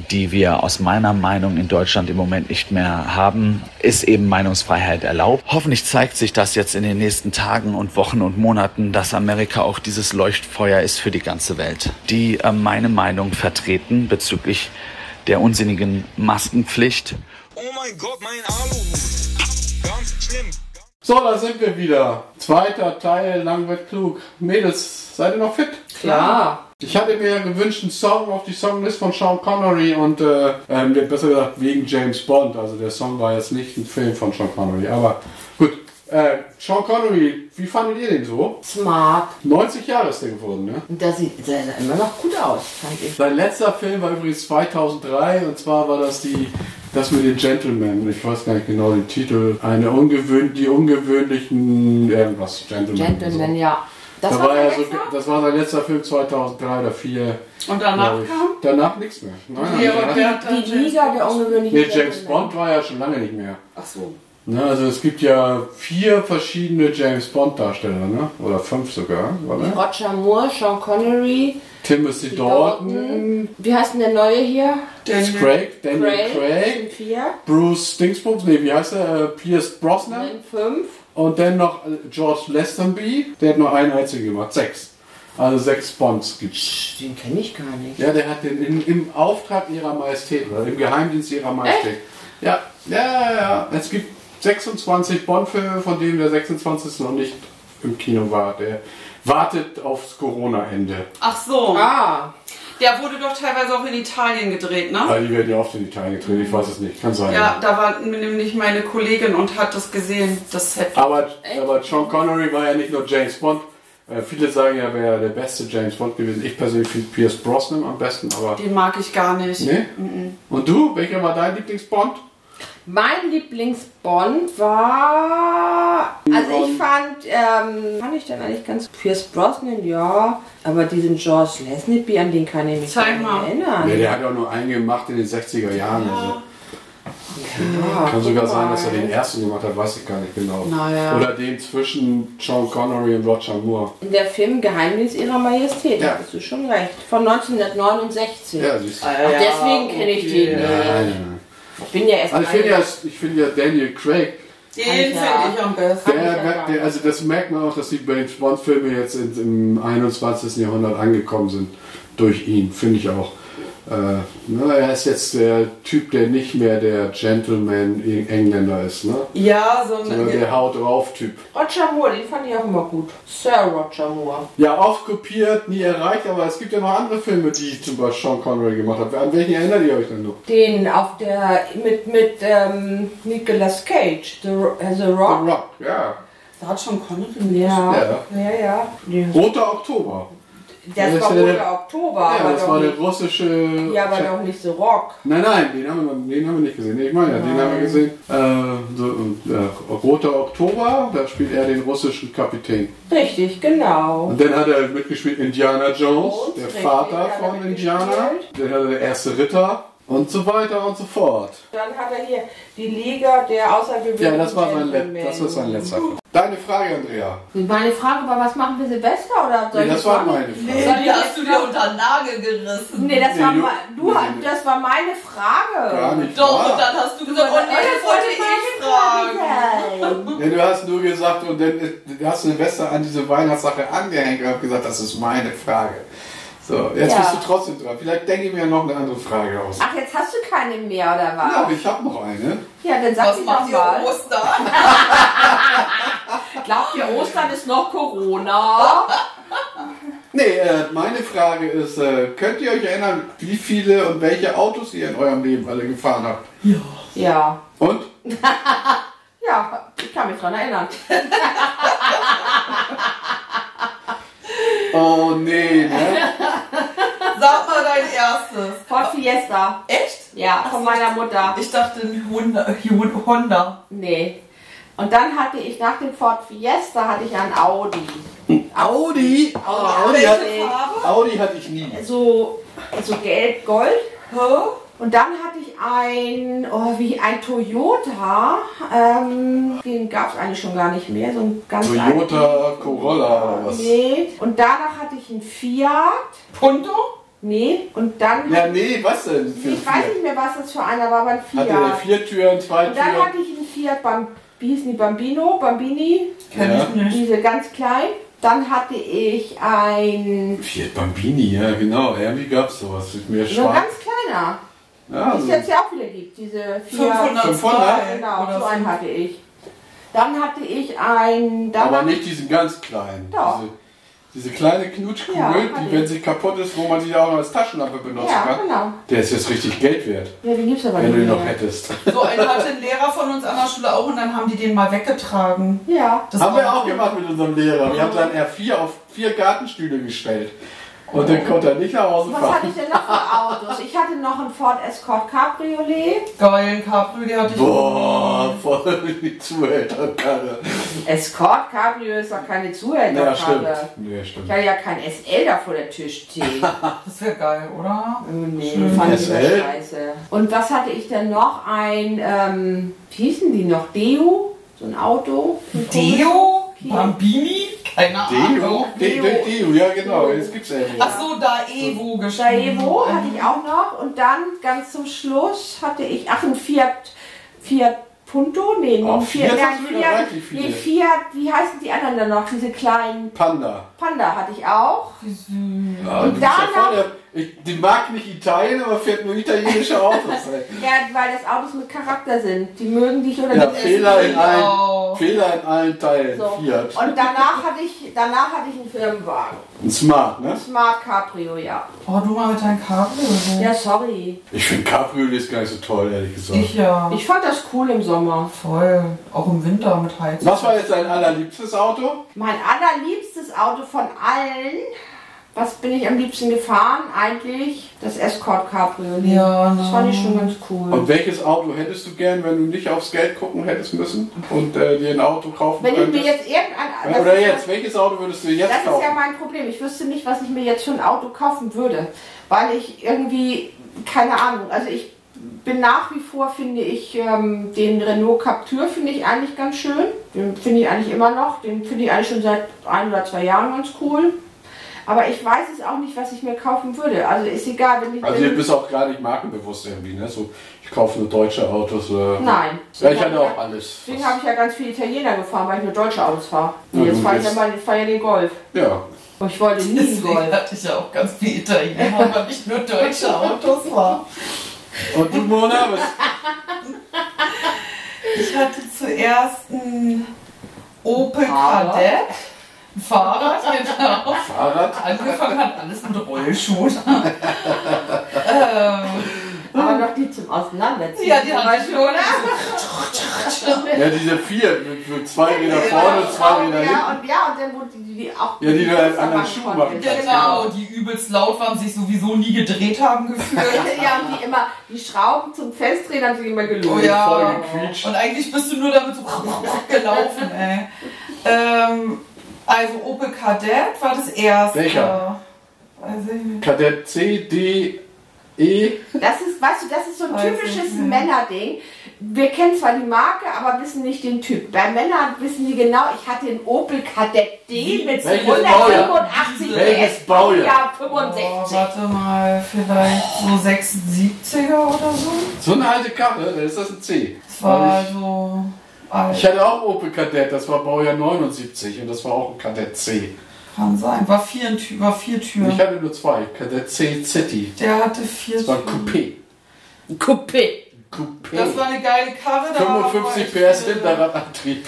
Speaker 4: die wir aus meiner Meinung in Deutschland im Moment nicht mehr haben, ist eben Meinungsfreiheit erlaubt. Hoffentlich zeigt sich das jetzt in den nächsten Tagen und Wochen und Monaten, dass Amerika auch dieses Leuchtfeuer ist für die ganze Welt, die äh, meine Meinung vertreten bezüglich der unsinnigen Maskenpflicht
Speaker 5: Oh mein Gott, mein Aluhut. Ganz schlimm.
Speaker 1: So, da sind wir wieder. Zweiter Teil, lang wird klug. Mädels, seid ihr noch fit?
Speaker 2: Klar.
Speaker 1: Ich hatte mir ja gewünscht, einen Song auf die Songlist von Sean Connery und, äh, ähm, besser gesagt, wegen James Bond. Also der Song war jetzt nicht ein Film von Sean Connery, aber gut. Äh, Sean Connery, wie fandet ihr den so?
Speaker 2: Smart.
Speaker 1: 90 Jahre ist der geworden, ne?
Speaker 2: Und das sieht der sah immer noch gut aus, fand ich.
Speaker 1: Sein letzter Film war übrigens 2003 und zwar war das die das mit den Gentlemen, ich weiß gar nicht genau den Titel, eine ungewöhn die ungewöhnlichen irgendwas Gentlemen.
Speaker 2: Gentleman, ja. Das
Speaker 1: Das
Speaker 2: war,
Speaker 1: da war
Speaker 2: sein
Speaker 1: ja so,
Speaker 2: letzter?
Speaker 1: das war sein letzter Film 2003 oder 4.
Speaker 3: Und danach kam?
Speaker 1: Danach nichts mehr. Nein,
Speaker 3: Ja,
Speaker 1: nein,
Speaker 3: aber
Speaker 1: nein.
Speaker 3: wer hat dann
Speaker 2: Die Liga der ungewöhnlichen
Speaker 1: Nee, James
Speaker 2: Gentlemen.
Speaker 1: Bond war ja schon lange nicht mehr.
Speaker 3: Ach so.
Speaker 1: Ne, also es gibt ja vier verschiedene James Bond Darsteller, ne? Oder fünf sogar, oder?
Speaker 2: Roger Moore, Sean Connery.
Speaker 1: Timothy Dalton,
Speaker 2: Wie heißt denn der neue hier?
Speaker 3: Daniel-
Speaker 1: Craig, Daniel
Speaker 2: Craig.
Speaker 1: Craig.
Speaker 2: sind vier.
Speaker 1: Bruce Dingsbums, nee, wie heißt er? Äh, Pierce Brosnan.
Speaker 2: Sind fünf.
Speaker 1: Und dann noch äh, George Lestonby, der hat nur einen einzigen gemacht, sechs. Also sechs Bonds gibt's.
Speaker 2: Psch, Den kenne ich gar nicht.
Speaker 1: Ja, der hat den in, im Auftrag ihrer Majestät, oder im Geheimdienst ihrer Majestät. Ja, ja, ja, ja. Es gibt 26 Bond-Filme, von denen der 26. noch nicht im Kino war. Der wartet aufs Corona-Ende.
Speaker 3: Ach so.
Speaker 2: Ah,
Speaker 3: Der wurde doch teilweise auch in Italien gedreht, ne?
Speaker 1: Aber die werden ja oft in Italien gedreht, ich weiß es nicht, kann sein.
Speaker 3: Ja, da war nämlich meine Kollegin und hat das gesehen, das Set.
Speaker 1: Aber, aber Sean Connery war ja nicht nur James Bond. Äh, viele sagen ja, er wäre der beste James Bond gewesen. Ich persönlich finde Pierce Brosnan am besten, aber.
Speaker 3: Den mag ich gar nicht.
Speaker 1: Nee?
Speaker 2: Mhm.
Speaker 1: Und du? Welcher war dein Lieblingsbond?
Speaker 2: mein Lieblingsbond war. Also ich fand, ähm, fand ich dann eigentlich ganz Pierce Brosnan, ja. Aber diesen George Lesnitby, an den kann ich mich
Speaker 3: Zeig
Speaker 2: gar nicht
Speaker 3: mal.
Speaker 2: erinnern.
Speaker 1: Ja, der hat auch nur einen gemacht in den 60er Jahren. Also.
Speaker 2: Ja,
Speaker 1: Kann sogar
Speaker 2: guck
Speaker 1: sein, dass er
Speaker 2: mal.
Speaker 1: den ersten gemacht hat, weiß ich gar nicht genau.
Speaker 3: Naja.
Speaker 1: Oder den zwischen Sean Connery und Roger Moore.
Speaker 2: Der Film Geheimnis ihrer Majestät,
Speaker 1: Ja.
Speaker 2: da hast du schon recht. Von 1969.
Speaker 1: Ja, siehst du.
Speaker 2: Ach, deswegen kenne ich den.
Speaker 1: Nein,
Speaker 2: nicht.
Speaker 1: nein,
Speaker 2: Ich bin ja erst
Speaker 1: nein. Also ich finde ja, ich finde ja Daniel Craig
Speaker 3: Den
Speaker 2: Alter.
Speaker 3: finde ich am besten.
Speaker 2: Ja,
Speaker 1: Der,
Speaker 2: ja.
Speaker 1: der, also das merkt man auch, dass die James Bond-Filme jetzt in, im 21. Jahrhundert angekommen sind durch ihn, finde ich auch. Äh, na, er ist jetzt der Typ, der nicht mehr der Gentleman Engländer ist, ne?
Speaker 3: Ja, so
Speaker 1: Sondern
Speaker 3: ein.
Speaker 1: der Haut drauf Typ.
Speaker 2: Roger Moore, den fand ich auch immer gut. Sir Roger Moore.
Speaker 1: Ja, oft kopiert, nie erreicht, aber es gibt ja noch andere Filme, die zum Beispiel Sean Connery gemacht hat. An welchen erinnert ihr euch denn noch?
Speaker 2: Den auf der mit mit ähm, Nicolas Cage, The, Ro- äh, The Rock.
Speaker 1: The Rock, ja.
Speaker 3: Da hat schon Connery
Speaker 2: Ja,
Speaker 1: Ja. Also
Speaker 2: ja, ja.
Speaker 1: Roter Oktober. Das
Speaker 2: Das, war
Speaker 1: ist ja
Speaker 2: wohl
Speaker 1: der-
Speaker 2: der Oktober,
Speaker 1: Ja,
Speaker 2: aber
Speaker 1: das
Speaker 2: doch
Speaker 1: war der
Speaker 2: nicht,
Speaker 1: russische.
Speaker 2: ja, aber doch nicht The Rock.
Speaker 1: Nein, nein, den haben wir, den haben wir nicht gesehen. Nee, Ich meine, ja, den haben wir gesehen. Äh, so, äh, Roter Oktober, da spielt er den russischen Kapitän.
Speaker 2: Richtig, genau.
Speaker 1: Und dann hat er mitgespielt Indiana Jones,
Speaker 2: Und
Speaker 1: der
Speaker 2: richtig,
Speaker 1: Vater
Speaker 2: hat er
Speaker 1: von
Speaker 2: mitgespielt.
Speaker 1: Indiana. Dann hat er der erste Ritter. Und so weiter und so fort.
Speaker 2: Dann hat er hier die Liga der außergewöhnlichen
Speaker 1: Ja, das war sein, Let
Speaker 2: Gentlemen.
Speaker 1: das war sein letzter. Deine Frage, Andrea.
Speaker 2: Meine Frage war, was machen wir Silvester oder soll
Speaker 1: Nee,
Speaker 2: ich
Speaker 1: das war
Speaker 2: fragen?
Speaker 1: meine Frage.
Speaker 2: Soll ich
Speaker 3: Die hast
Speaker 2: jetzt
Speaker 3: du dir
Speaker 2: fragen?
Speaker 3: unter den Nagel gerissen.
Speaker 2: Nee, das
Speaker 1: Nee,
Speaker 2: war
Speaker 1: du-
Speaker 2: mein- du,
Speaker 1: nee, nee.
Speaker 2: das war meine Frage.
Speaker 1: Gar nicht.
Speaker 3: Doch,
Speaker 1: wahr.
Speaker 3: und dann hast du gesagt, oh nee, das wollte ich fragen.
Speaker 2: fragen.
Speaker 1: Nee, du hast nur gesagt, und dann ist- du hast Silvester an diese Weihnachtssache angehängt und hab gesagt, das ist meine Frage. So, jetzt
Speaker 2: Ja.
Speaker 1: bist du trotzdem dran. Vielleicht denke ich mir noch eine andere Frage aus.
Speaker 2: Ach, jetzt hast du keine mehr, oder
Speaker 1: Ja,
Speaker 2: was?
Speaker 1: aber ich habe noch eine.
Speaker 2: Ja, dann sag
Speaker 3: Was
Speaker 2: sie doch
Speaker 3: macht ihr um
Speaker 2: mal.
Speaker 3: Ostern?
Speaker 2: Glaubt ihr, Ostern ist noch Corona?
Speaker 1: Nee, äh, meine Frage ist, äh, könnt ihr euch erinnern, wie viele und welche Autos ihr in eurem Leben alle gefahren habt?
Speaker 2: Ja.
Speaker 1: Und?
Speaker 2: Ja, ich kann mich dran erinnern.
Speaker 1: Oh nee, ne?
Speaker 3: Sag mal dein erstes.
Speaker 2: Ford Fiesta.
Speaker 3: Echt?
Speaker 2: Ja, von meiner Mutter.
Speaker 3: Ich dachte ein Honda. Hun- Honda.
Speaker 2: Nee. Und dann hatte ich nach dem Ford Fiesta hatte ich einen Audi.
Speaker 1: Audi! Audi, hat,
Speaker 3: Welche Farbe?
Speaker 1: Audi hatte ich nie.
Speaker 2: So, so gelb-gold.
Speaker 3: Hä?
Speaker 2: Und dann hatte ich ein, oh, wie ein Toyota. Ähm, den gab es eigentlich schon gar nicht mehr. So ein ganz
Speaker 1: Toyota Corolla oder
Speaker 2: alten-
Speaker 1: was?
Speaker 2: Nee. Und danach hatte ich einen Fiat.
Speaker 3: Punto?
Speaker 2: Nee. Und dann.
Speaker 1: Ja, nee, was denn? Für
Speaker 2: ich weiß nicht mehr, was das für einer war, aber ein Fiat.
Speaker 1: Hatte der vier Türen, zwei
Speaker 2: Und dann
Speaker 1: Türen?
Speaker 2: hatte ich einen Fiat, Bam, wie hießen die, Bambino, Bambini,
Speaker 3: Kenn
Speaker 1: Ja.
Speaker 3: ich nicht.
Speaker 2: diese ganz klein. Dann hatte ich ein,
Speaker 1: Fiat Bambini, ja genau, irgendwie gab es sowas. Ist mir
Speaker 2: so ein
Speaker 1: schwarz.
Speaker 2: ganz kleiner,
Speaker 1: Ja,
Speaker 2: die es
Speaker 1: also,
Speaker 2: jetzt ja auch wieder gibt, diese Fiat.
Speaker 3: 502.
Speaker 1: 500?
Speaker 2: Genau,
Speaker 3: oder
Speaker 2: so einen hatte ich. Dann hatte ich ein, dann
Speaker 1: also, aber
Speaker 2: hatte-
Speaker 1: nicht diesen ganz kleinen.
Speaker 2: Doch.
Speaker 1: Diese, diese kleine Knutschkugel,
Speaker 2: Ja, hatte
Speaker 1: die, wenn
Speaker 2: ich.
Speaker 1: sie kaputt ist, wo man die auch als Taschenlampe benutzen
Speaker 2: ja,
Speaker 1: kann,
Speaker 2: genau.
Speaker 1: der ist jetzt richtig Geld wert,
Speaker 2: Ja, den gibt es aber
Speaker 1: wenn
Speaker 2: nicht
Speaker 1: du ihn
Speaker 2: mehr.
Speaker 1: noch hättest.
Speaker 3: So einen hatte ein Lehrer von uns an der Schule auch und dann haben die den mal weggetragen.
Speaker 2: Ja,
Speaker 3: Das
Speaker 1: Haben wir
Speaker 3: war
Speaker 1: auch
Speaker 3: cool.
Speaker 1: gemacht mit unserem Lehrer. Wir haben dann R4 auf vier Gartenstühle gestellt. Und dann konnte er nicht nach Hause
Speaker 2: was hatte
Speaker 1: fahren.
Speaker 2: ich denn noch für Autos? Ich hatte noch einen Ford Escort Cabriolet.
Speaker 3: Geilen Capri, die hatte ich.
Speaker 1: Boah, voll die Zuhälter. keine-
Speaker 2: Escort Cabrio ist doch keine
Speaker 1: Ja,
Speaker 2: Zuhälterkarte.
Speaker 1: stimmt. Ja,
Speaker 2: Ich
Speaker 1: stimmt.
Speaker 2: hatte ja kein SL da vor der Tisch stehen.
Speaker 3: Das wäre geil, oder?
Speaker 2: Oh nee, fand ich
Speaker 1: SL.
Speaker 2: das scheiße. Und was hatte ich denn noch? Ein, ähm, wie hießen die noch? Deo? So ein Auto?
Speaker 3: Deo? Bambini? Keine
Speaker 1: Deo?
Speaker 3: Ahnung.
Speaker 1: De- de- Deo, ja genau, jetzt gibt's ja nicht.
Speaker 3: Ach so, da Evo
Speaker 2: Da
Speaker 3: geschrieben.
Speaker 2: Evo hatte ich auch noch. Und dann ganz zum Schluss hatte ich, ach, ein Fiat, Fiat Punto? Nee,
Speaker 1: Oh,
Speaker 2: ein Fiat,
Speaker 1: Fiat
Speaker 2: ja,
Speaker 1: hast du wieder
Speaker 2: Fiat,
Speaker 1: reichlich viele.
Speaker 2: nee, Fiat, wie heißen die anderen denn noch? Diese kleinen
Speaker 1: Panda.
Speaker 2: Panda hatte ich auch.
Speaker 1: Ja, du bist ja
Speaker 2: danach-
Speaker 1: voll der, ich, die mag nicht Italien, aber fährt nur italienische Autos. ey.
Speaker 2: Ja, weil das Autos mit Charakter sind. Die mögen dich oder
Speaker 1: ja,
Speaker 2: nicht.
Speaker 1: Fehler in, allen,
Speaker 3: Genau.
Speaker 1: Fehler in allen Teilen.
Speaker 2: So.
Speaker 1: Fiat.
Speaker 2: Und danach hatte ich, danach hatte ich einen Firmenwagen.
Speaker 1: Ein Smart, ne?
Speaker 2: Smart Cabrio, ja.
Speaker 3: Oh, du mal mit deinem Cabrio. so.
Speaker 2: Ja, sorry.
Speaker 1: Ich finde Cabriolet ist gar nicht so toll, ehrlich gesagt.
Speaker 3: Ich ja.
Speaker 2: Ich fand das cool im Sommer.
Speaker 3: Voll. Auch im Winter mit Heizung.
Speaker 1: Was war jetzt dein allerliebstes Auto?
Speaker 2: Mein allerliebstes Auto von allen. Was bin ich am liebsten gefahren? Eigentlich das Escort Cabrio.
Speaker 3: Ja,
Speaker 2: Das
Speaker 3: ne.
Speaker 2: fand ich schon ganz cool.
Speaker 1: Und welches Auto hättest du gern, wenn du nicht aufs Geld gucken hättest müssen und äh, dir ein Auto kaufen
Speaker 2: Wenn ich
Speaker 1: könntest?
Speaker 2: mir jetzt irgendein.
Speaker 1: Ja,
Speaker 2: das
Speaker 1: Oder
Speaker 2: ist ja-
Speaker 1: jetzt, welches Auto würdest du jetzt
Speaker 2: Das ist
Speaker 1: kaufen?
Speaker 2: ja mein Problem. Ich wüsste nicht, was ich mir jetzt für ein Auto kaufen würde, weil ich irgendwie, keine Ahnung, also ich bin nach wie vor, finde ich, ähm, den Renault Captur finde ich eigentlich ganz schön. Den finde ich eigentlich immer noch. Den finde ich eigentlich schon seit ein oder zwei Jahren ganz cool. Aber ich weiß es auch nicht, was ich mir kaufen würde. Also ist egal, wenn ich...
Speaker 1: also
Speaker 2: wenn-
Speaker 1: du bist auch gar nicht markenbewusst irgendwie, ne? So, ich kaufe nur deutsche Autos. Äh,
Speaker 2: Nein.
Speaker 1: Ja, ich hatte auch alles.
Speaker 2: Deswegen habe ich ja ganz viele Italiener gefahren, weil ich nur deutsche Autos fahre.
Speaker 1: Ja,
Speaker 2: Jetzt
Speaker 1: du
Speaker 2: fahre ich ja
Speaker 1: bist-
Speaker 2: mal fahre ja den Golf.
Speaker 1: Ja,
Speaker 2: Und Oh, ich wollte nie einen
Speaker 3: Deswegen
Speaker 2: Golf.
Speaker 3: hatte ich ja auch ganz viel Italiener, aber nicht nur deutsche Autos war.
Speaker 1: Und du, Mona, was?
Speaker 3: Ich hatte zuerst ein Opel
Speaker 2: Fahrrad.
Speaker 3: Kadett, ein Fahrrad, genau.
Speaker 1: Fahrrad?
Speaker 3: Angefangen hat alles mit Rollschuhen. ähm,
Speaker 2: Aber noch die zum Auseinanderziehen.
Speaker 3: ja, die hatte ich
Speaker 2: Weißt du,
Speaker 3: schon.
Speaker 1: Ja, diese vier mit, mit zwei Räder vorne und zwei Räder
Speaker 2: Genau, ja,
Speaker 1: hinten.
Speaker 2: und ja, und dann wurde die, die auch.
Speaker 1: Ja, die du halt an den
Speaker 2: machen
Speaker 1: Schuh
Speaker 2: konnte.
Speaker 1: machen kannst,
Speaker 3: Genau, die übelst laut waren, sich sowieso nie gedreht haben gefühlt.
Speaker 2: Genau. Ja, und die immer, die Schrauben zum Festdrehen haben sie immer gelöst.
Speaker 3: Oh ja.
Speaker 1: Voll gequietscht.
Speaker 3: Und eigentlich bist du nur damit so gelaufen, ey. Ähm, also Opel Kadett war das erste.
Speaker 1: Welcher?
Speaker 3: Weiß ich nicht.
Speaker 1: Kadett C, D, E.
Speaker 2: Das ist, weißt du, das ist so ein
Speaker 3: Weiß
Speaker 2: typisches
Speaker 3: ich, ja.
Speaker 2: Männerding. Wir kennen zwar die Marke, aber wissen nicht den Typ. Bei Männern wissen die genau, ich hatte den Opel Kadett D mit
Speaker 1: Welches
Speaker 2: 185 PS.
Speaker 1: Baujahr? Welches Baujahr?
Speaker 2: Ja,
Speaker 3: Oh,
Speaker 2: 65.
Speaker 3: warte mal, vielleicht so 76er oder so.
Speaker 1: So eine alte Karre, dann ist das ein C.
Speaker 3: Das war so alt.
Speaker 1: Ich hatte auch Opel Kadett, das war Baujahr 79 und das war auch ein Kadett C.
Speaker 3: Kann sein. War vier, Tü- war vier
Speaker 1: Ich
Speaker 3: Türen.
Speaker 1: hatte nur zwei, Kadett C City.
Speaker 3: Der hatte vier
Speaker 1: Das war ein
Speaker 3: Türen.
Speaker 1: Coupé.
Speaker 2: Coupé.
Speaker 1: Coupé.
Speaker 3: Das war eine geile Karre. da war aber
Speaker 1: 55
Speaker 3: echt,
Speaker 1: PS
Speaker 3: äh,
Speaker 1: Hinterradantrieb.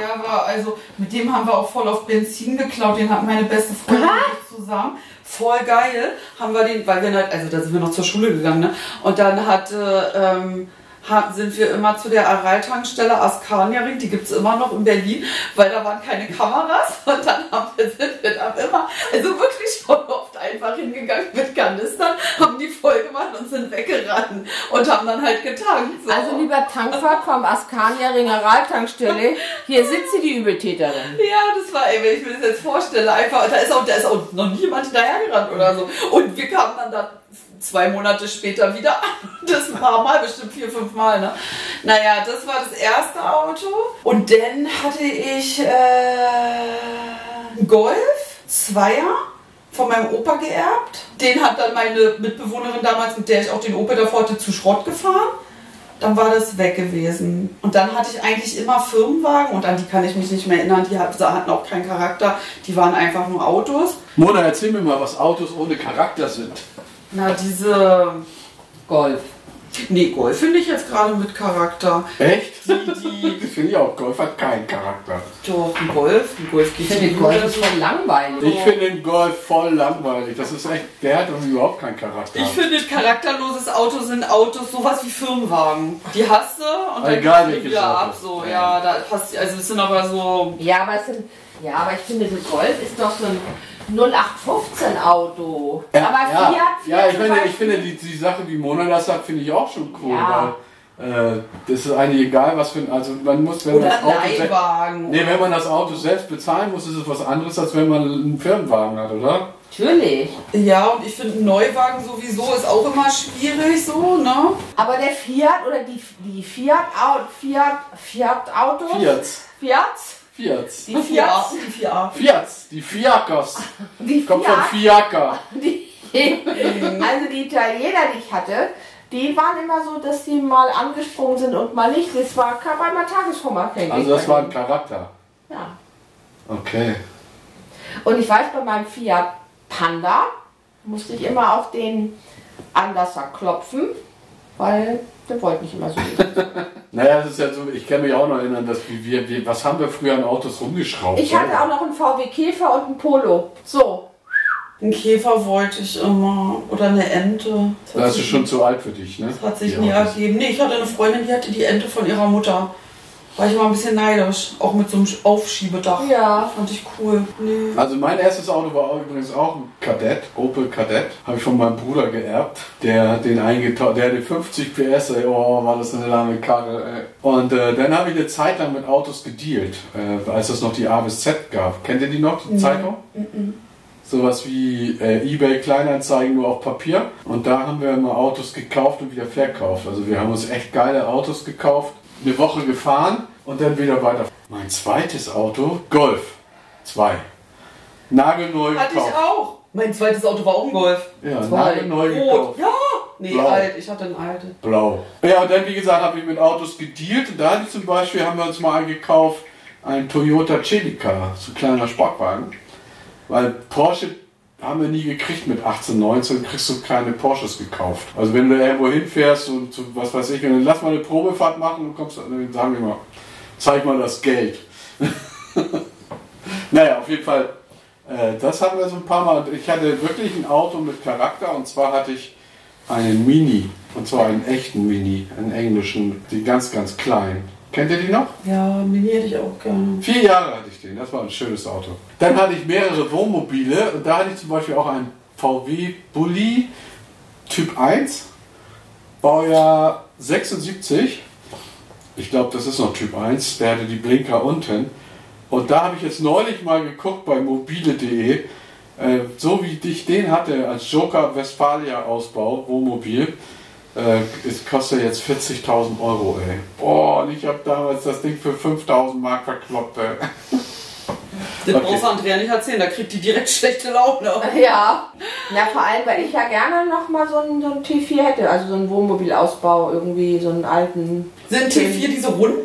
Speaker 3: Ja, war also mit dem haben wir auch voll auf Benzin geklaut. Den hat meine beste Freundin und ich zusammen. Voll geil. Haben wir den, weil wir halt, also da sind wir noch zur Schule gegangen, ne? Und dann hat, äh, ähm, hat, sind wir immer zu der Aral-Tankstelle Askania Ring, die gibt's immer noch in Berlin, weil da waren keine Kameras und dann haben wir, sind wir da immer, also wirklich voll oft einfach hingegangen mit Kanistern, haben die voll gemacht und sind weggerannt und haben dann halt getankt. so.
Speaker 2: Also lieber Tankfahrt vom Askania Ringeraltankstelle. Hier sitzt die Übeltäterin.
Speaker 3: Ja, das war, ey, wenn ich mir das jetzt vorstelle, einfach, da ist auch, da ist auch noch nie jemand hinterhergerannt oder so. Und wir kamen dann da zwei Monate später wieder an. Das ein paar Mal, bestimmt vier, fünf Mal, ne? Naja, das war das erste Auto. Und dann hatte ich äh, einen Golf, Zweier von meinem Opa geerbt. Den hat dann meine Mitbewohnerin damals, mit der ich auch den Opel davor hatte, zu Schrott gefahren. Dann war das weg gewesen. Und dann hatte ich eigentlich immer Firmenwagen und an die kann ich mich nicht mehr erinnern. Die hat- hatten auch keinen Charakter. Die waren einfach nur Autos.
Speaker 1: Mona, erzähl mir mal, was Autos ohne Charakter sind.
Speaker 3: Na, diese.
Speaker 2: Golf.
Speaker 3: Nee, Golf finde ich jetzt gerade mit Charakter.
Speaker 1: Echt?
Speaker 3: Die, die.
Speaker 1: Finde ich auch, Golf hat keinen Charakter.
Speaker 3: Doch, ein Golf. Ein Golf geht
Speaker 2: Ich finde
Speaker 3: nicht.
Speaker 2: den Golf ist voll langweilig.
Speaker 1: Ich finde den Golf voll langweilig. Das ist echt, der hat irgendwie überhaupt keinen Charakter.
Speaker 3: Ich finde, charakterloses Auto sind Autos sowas wie Firmenwagen. Die hast du und dann
Speaker 1: Egal,
Speaker 3: gibst du die
Speaker 1: welches
Speaker 3: wieder
Speaker 1: Auto.
Speaker 3: ab. So, ja, da passt, also es sind aber so.
Speaker 2: Ja, aber es sind, ja, aber ich finde, so Golf ist doch so ein 0815 Auto.
Speaker 1: Ja,
Speaker 2: aber
Speaker 1: ja,
Speaker 2: Fiat, Fiat
Speaker 1: ja, ich
Speaker 2: zum
Speaker 1: finde, ich
Speaker 2: Beispiel-
Speaker 1: finde die, die Sache, wie Mona das hat, finde ich auch schon cool.
Speaker 2: Ja.
Speaker 1: Weil, äh, das ist eigentlich egal, was für ein, also man muss, wenn man
Speaker 3: Oder
Speaker 1: das
Speaker 3: ein
Speaker 1: Auto selbst,
Speaker 3: Leihwagen.
Speaker 1: nee, wenn man das Auto selbst bezahlen muss, ist es was anderes, als wenn man einen Firmenwagen hat, oder?
Speaker 2: Natürlich.
Speaker 3: Ja, und ich finde, ein Neuwagen sowieso ist auch immer schwierig, so, ne?
Speaker 2: Aber der Fiat oder die, die Fiat, Au- Fiat, Fiat Autos?
Speaker 1: Fiat.
Speaker 2: Fiats?
Speaker 1: Fiat.
Speaker 2: Die Fiats?
Speaker 3: Die Fiat.
Speaker 1: Fiat. Die Fiakos.
Speaker 2: Die
Speaker 1: Kommt von
Speaker 2: Fiat?
Speaker 1: Fiaker.
Speaker 2: Die, also die Italiener, die ich hatte, die waren immer so, dass die mal angesprungen sind und mal nicht. Das war kam einmal tagesformabhängig.
Speaker 1: Also das war ein Charakter.
Speaker 2: Ja.
Speaker 1: Okay.
Speaker 2: Und ich weiß, bei meinem Fiat Panda musste ich immer auf den Anlasser klopfen, weil der wollte nicht immer so. liegen.
Speaker 1: Naja, es ist ja so, ich kann mich auch noch erinnern, dass wir- wir, wir was haben wir früher an Autos rumgeschraubt?
Speaker 2: Ich hatte auch noch einen VW Käfer und einen Polo. So.
Speaker 3: Ein Käfer wollte ich immer. Oder eine Ente.
Speaker 1: Da ist es schon zu alt für dich, ne?
Speaker 3: Das hat sich halt
Speaker 1: Die
Speaker 3: nie
Speaker 1: Autos.
Speaker 3: ergeben. Nee, ich hatte eine Freundin, die hatte die Ente von ihrer Mutter. War ich immer ein bisschen neidisch. Auch mit so einem Aufschiebedach.
Speaker 2: Ja.
Speaker 3: Fand ich cool. Nee.
Speaker 1: Also mein erstes Auto war auch übrigens auch ein Kadett, Opel Kadett. Habe ich von meinem Bruder geerbt. Der hat den eingetauscht, der hatte 50 PS, ey, oh, war das eine lange Karre. Ey. Und äh, dann habe ich eine Zeit lang mit Autos gedealt, äh, als es noch die A bis Z gab. Kennt ihr die noch,
Speaker 3: Mhm.
Speaker 1: die Zeitung? Sowas wie äh, eBay Kleinanzeigen nur auf Papier. Und da haben wir immer Autos gekauft und wieder verkauft. Also wir haben uns echt geile Autos gekauft, eine Woche gefahren und dann wieder weiter. Mein zweites Auto, Golf 2. Nagelneu
Speaker 3: Hatte ich
Speaker 1: gekauft.
Speaker 3: auch. Mein zweites Auto war auch ein Golf.
Speaker 1: Ja,
Speaker 2: Zwei.
Speaker 1: nagelneu
Speaker 3: Rot.
Speaker 1: gekauft.
Speaker 3: Ja. Nee,
Speaker 1: Blau.
Speaker 3: alt. Ich hatte ein altes.
Speaker 1: Blau. Ja, und dann, wie gesagt, habe ich mit Autos gedealt. Und da hatte ich zum Beispiel, haben wir uns mal gekauft, einen Toyota Celica, so ein kleiner Sportwagen. Weil Porsche haben wir nie gekriegt mit 18, 19, kriegst du keine Porsches gekauft. Also wenn du irgendwo hinfährst und zu, was weiß ich, und dann lass mal eine Probefahrt machen und kommst, dann sagen wir mal, zeig mal das Geld. naja, auf jeden Fall, äh, das hatten wir so ein paar Mal. Und Ich hatte wirklich ein Auto mit Charakter und zwar hatte ich einen Mini. Und zwar einen echten Mini, einen englischen, die ganz, ganz klein. Kennt ihr die noch?
Speaker 3: Ja, Mini hätte ich auch gerne.
Speaker 1: Vier Jahre hatte ich den, das war ein schönes Auto. Dann hatte ich mehrere Wohnmobile und da hatte ich zum Beispiel auch einen VW Bulli Typ 1, Baujahr 76. Ich glaube, das ist noch Typ 1, der hatte die Blinker unten. Und da habe ich jetzt neulich mal geguckt bei mobile.de, Äh, so wie ich den hatte als Joker Westfalia Ausbau, Wohnmobil, äh, es kostet jetzt 40.000 Euro, ey. Boah, und ich habe damals das Ding für 5.000 Mark verkloppt, ey.
Speaker 3: Das
Speaker 1: Okay.
Speaker 3: brauchst du Andrea nicht erzählen, da kriegt die direkt schlechte Laune.
Speaker 2: Ja. Na, vor allem, weil ich ja gerne nochmal so einen, so einen T4 hätte, also so einen Wohnmobilausbau irgendwie, so einen alten.
Speaker 3: Sind T4 diese Runden?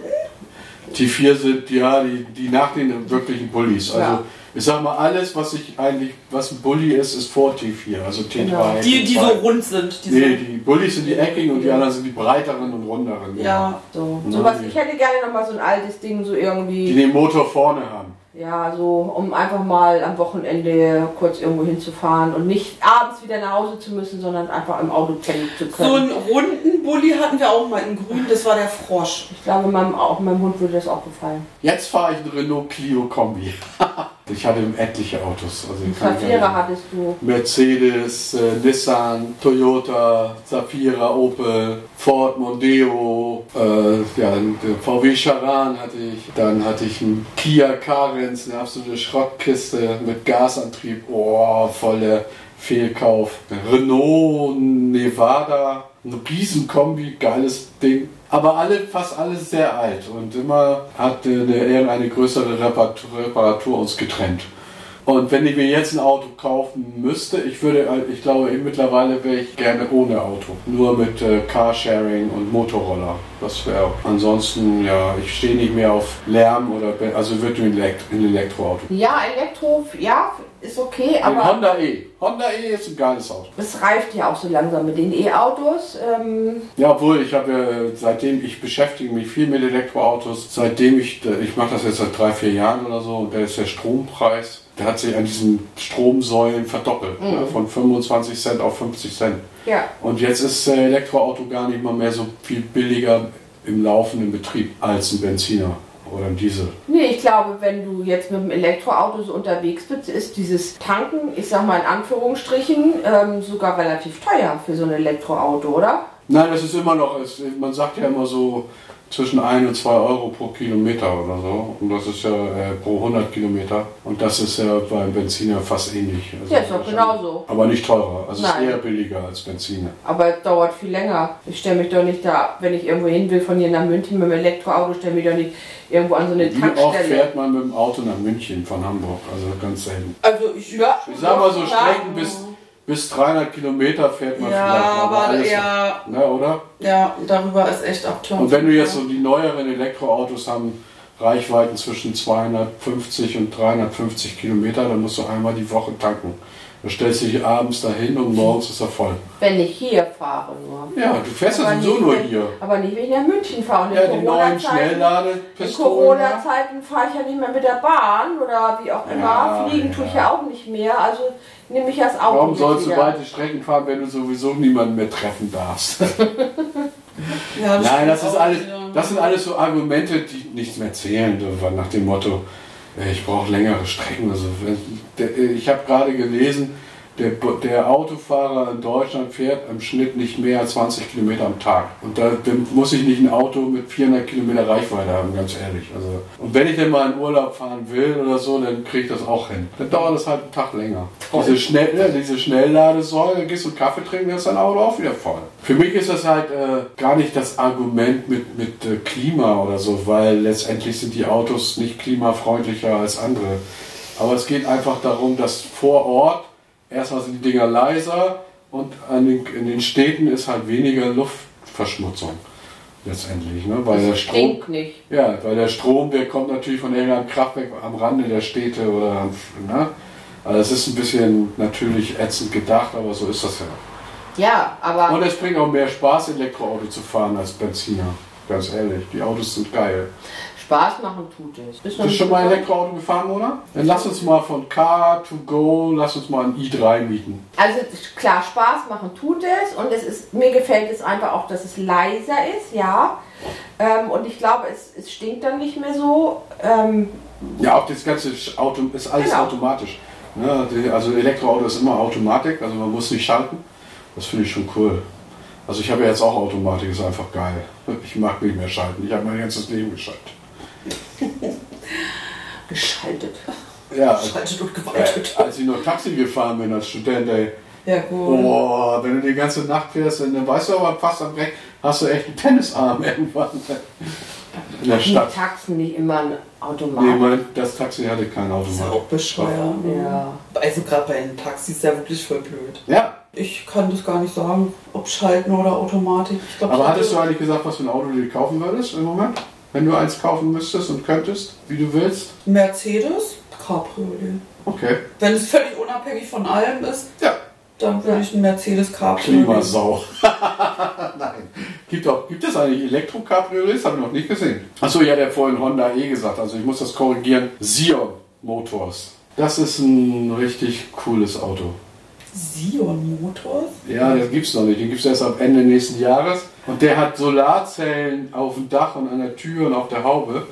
Speaker 1: Die vier sind ja die, die nach den wirklichen Bullis. Also
Speaker 2: Ja.
Speaker 1: ich sag mal, alles, was ich eigentlich, was ein Bulli ist, ist vor T4, also T3.
Speaker 2: Genau.
Speaker 3: Die, die so
Speaker 1: T2.
Speaker 3: rund sind. Die
Speaker 1: Nee,
Speaker 3: so,
Speaker 1: die Bullis sind die eckigen und die anderen sind die breiteren und runderen. genau.
Speaker 3: ja.
Speaker 2: So, sowas. Ich hätte gerne nochmal so ein altes Ding, so
Speaker 1: Die
Speaker 2: irgendwie.
Speaker 1: den Motor vorne haben.
Speaker 2: Ja, so, um einfach mal am Wochenende kurz irgendwo hinzufahren und nicht abends wieder nach Hause zu müssen, sondern einfach im Auto pennen zu
Speaker 3: So
Speaker 2: können.
Speaker 3: einen runden Bulli hatten wir auch mal in grün, das war der Frosch.
Speaker 2: ich glaube, meinem, auch meinem Hund würde das auch gefallen.
Speaker 1: Jetzt fahre ich einen Renault Clio Kombi. ich hatte etliche Autos. Also
Speaker 2: Ein
Speaker 1: kann ich ja
Speaker 2: Verfehler
Speaker 1: nicht-
Speaker 2: hattest du.
Speaker 1: Mercedes, äh, Nissan, Toyota, Zafira, Opel, Ford Mondeo, äh, ja, einen VW Charan hatte ich, dann hatte ich einen Kia Carens, eine absolute Schrottkiste mit Gasantrieb, oh, volle Fehlkauf. Renault Nevada, ein Riesenkombi, geiles Ding. Aber alle, fast alles sehr alt und immer hat äh, eine, irgendeine größere Reparatur, Reparatur uns getrennt. Und wenn ich mir jetzt ein Auto kaufen müsste, ich würde, äh, ich glaube, eh, mittlerweile wäre ich gerne ohne Auto. Nur mit äh, Carsharing und Motorroller. Das wäre auch. Ansonsten, ja, ich stehe nicht mehr auf Lärm oder, Be- also würde ein, Elekt ein Elektroauto.
Speaker 2: Ja, Elektro, ja, ist okay, aber.
Speaker 1: ein Honda E. Honda E ist ein geiles Auto.
Speaker 2: Es reift ja auch so langsam mit den E-Autos. Ähm,
Speaker 1: Ja, obwohl ich habe ja, seitdem ich beschäftige mich viel mit Elektroautos, seitdem ich, äh, ich mache das jetzt seit drei, vier Jahren oder so, und da ist der Strompreis, der hat sich an diesen Stromsäulen verdoppelt. Ne, von 25 Cent auf 50 Cent.
Speaker 2: ja.
Speaker 1: Und jetzt ist äh, Elektroauto gar nicht mal mehr so viel billiger im laufenden Betrieb als ein Benziner oder ein Diesel.
Speaker 2: Nee, ich glaube, wenn du jetzt mit dem Elektroauto so unterwegs bist, ist dieses Tanken, ich sag mal in Anführungsstrichen, ähm, sogar relativ teuer für so ein Elektroauto, oder?
Speaker 1: Nein, das ist immer noch, es, man sagt ja immer so zwischen 1 und 2 Euro pro Kilometer oder so. Und das ist ja äh, pro 100 Kilometer. Und das ist ja beim Benziner fast ähnlich. Also
Speaker 2: Ja, ist doch genauso.
Speaker 1: Aber nicht teurer. Also es ist
Speaker 2: Nein.
Speaker 1: eher billiger als Benziner.
Speaker 2: Aber es dauert viel länger. Ich stelle mich doch nicht da, wenn ich irgendwo hin will, von hier nach München mit dem Elektroauto, stelle mich doch nicht irgendwo an so eine
Speaker 1: Wie oft
Speaker 2: Tankstelle.
Speaker 1: fährt man mit dem Auto nach München von Hamburg? Also ganz selten.
Speaker 3: Also ich, ja,
Speaker 1: Ich sag mal so Strecken bis, bis 300 Kilometer fährt man
Speaker 3: Ja,
Speaker 1: vielleicht.
Speaker 3: aber
Speaker 1: alles-
Speaker 3: eher-
Speaker 1: Ne, oder?
Speaker 3: Ja, darüber ist echt abtörend.
Speaker 1: Und wenn du jetzt so die neueren Elektroautos haben Reichweiten zwischen 250 und 350 Kilometer, dann musst du einmal die Woche tanken. Du stellst dich abends dahin und morgens ist er voll.
Speaker 2: Wenn ich hier fahre nur.
Speaker 1: Ja, du fährst ja
Speaker 2: Aber
Speaker 1: sowieso
Speaker 2: nicht,
Speaker 1: nur
Speaker 2: wenn-
Speaker 1: hier.
Speaker 2: Aber nicht, wenn ich nach München fahre. Und in
Speaker 1: Ja, die neuen
Speaker 2: Corona-Zeiten- In
Speaker 1: Schnellladepistolen. ja.
Speaker 2: Corona-Zeiten fahre ich ja nicht mehr mit der Bahn oder wie auch immer.
Speaker 1: Ja,
Speaker 2: Fliegen
Speaker 1: ja.
Speaker 2: tue ich ja auch nicht mehr. Also nehme ich das Auto.
Speaker 1: Warum
Speaker 2: mit
Speaker 1: sollst du
Speaker 2: wieder.
Speaker 1: weite Strecken fahren, wenn du sowieso niemanden mehr treffen darfst?
Speaker 3: Ja,
Speaker 1: Nein, das
Speaker 3: stimmt
Speaker 1: ist
Speaker 3: auch
Speaker 1: alles,
Speaker 3: wieder.
Speaker 1: das sind alles so Argumente, die nichts mehr zählen, so nach dem Motto, äh, ich brauche längere Strecken. Also, wenn- der- äh, ich habe gerade gelesen, der, Bo- der Autofahrer in Deutschland fährt im Schnitt nicht mehr als 20 Kilometer am Tag. Und da dann muss ich nicht ein Auto mit 400 Kilometer Reichweite haben, ganz ehrlich. Also, und wenn ich denn mal in Urlaub fahren will oder so, dann kriege ich das auch hin. Dann dauert das halt einen Tag länger. Diese, Schnell, äh, diese Schnellladesäule, dann gehst du einen Kaffee trinken, dann ist dein Auto auch wieder voll. Für mich ist das halt äh, gar nicht das Argument mit, mit äh, Klima oder so, weil letztendlich sind die Autos nicht klimafreundlicher als andere. Aber es geht einfach darum, dass vor Ort erstmal sind die Dinger leiser und an den, in den Städten ist halt weniger Luftverschmutzung letztendlich, ne? weil der Strom,
Speaker 2: Stinkt nicht.
Speaker 1: ja, weil der Strom, der kommt natürlich von irgendeinem Kraftwerk am Rande der Städte oder am, ne? Also es ist ein bisschen natürlich ätzend gedacht, aber so ist das ja.
Speaker 2: Ja, aber
Speaker 1: Und es bringt auch mehr Spaß, Elektroauto zu fahren als Benziner. Ganz ehrlich, die Autos sind geil.
Speaker 2: Spaß machen tut es. Bist
Speaker 1: Bist du schon mal Elektroauto gefahren, oder? Dann lass uns mal von Car to Go, lass uns mal ein i3 mieten.
Speaker 2: Also klar, Spaß machen tut es und es ist, mir gefällt es einfach auch, dass es leiser ist, ja. Ähm, und ich glaube, es, es stinkt dann nicht mehr so. Ähm,
Speaker 1: Ja, auch das ganze Sch- Auto ist alles
Speaker 2: Genau.
Speaker 1: automatisch. Ne? die- Also Elektroauto ist immer Automatik, also man muss nicht schalten. Das finde ich schon cool. Also ich habe ja jetzt auch Automatik, ist einfach geil. Ich mag nicht mehr schalten. Ich habe mein ganzes Leben geschaltet.
Speaker 2: geschaltet.
Speaker 1: Ja.
Speaker 3: Schaltet und gewaltet.
Speaker 1: Äh, als ich noch Taxi gefahren bin als Student, ey.
Speaker 3: Ja, gut.
Speaker 1: Oh, Boah, wenn du die ganze Nacht fährst, dann weißt du aber fast am Reck, hast du echt einen Tennisarm irgendwann. In der
Speaker 2: Die
Speaker 1: Stadt.
Speaker 2: Taxen nicht immer ein
Speaker 1: Nee,
Speaker 2: Automat.
Speaker 1: mein, das Taxi hatte kein
Speaker 3: Das ist ja auch
Speaker 1: Automat.
Speaker 3: bescheuert. ne?
Speaker 2: Ja.
Speaker 3: Also gerade bei den Taxis ist ja wirklich voll blöd.
Speaker 1: Ja,
Speaker 3: Ich kann das gar nicht sagen, ob Schalten oder Automatik. Ich glaub,
Speaker 1: aber
Speaker 3: ich
Speaker 1: hattest du
Speaker 3: hatte-
Speaker 1: eigentlich gesagt, was für ein Auto du dir kaufen würdest im Moment? Wenn du eins kaufen müsstest und könntest, wie du willst?
Speaker 3: Mercedes Cabriolet.
Speaker 1: Okay.
Speaker 3: Wenn es völlig unabhängig von allem ist,
Speaker 1: Ja.
Speaker 3: dann würde ich einen Mercedes Cabriolet.
Speaker 1: Klimasau. Nein. Gibt, auch, gibt es eigentlich Elektro-Cabriolets? Habe ich noch nicht gesehen. Achso, ja, der hat vorhin Honda E gesagt. Also ich muss das korrigieren. Sion Motors. Das ist ein richtig cooles Auto.
Speaker 3: Sion Motors?
Speaker 1: Ja, das gibt's noch nicht. Den gibt's erst ab Ende nächsten Jahres. Und der hat Solarzellen auf dem Dach und an der Tür und auf der Haube.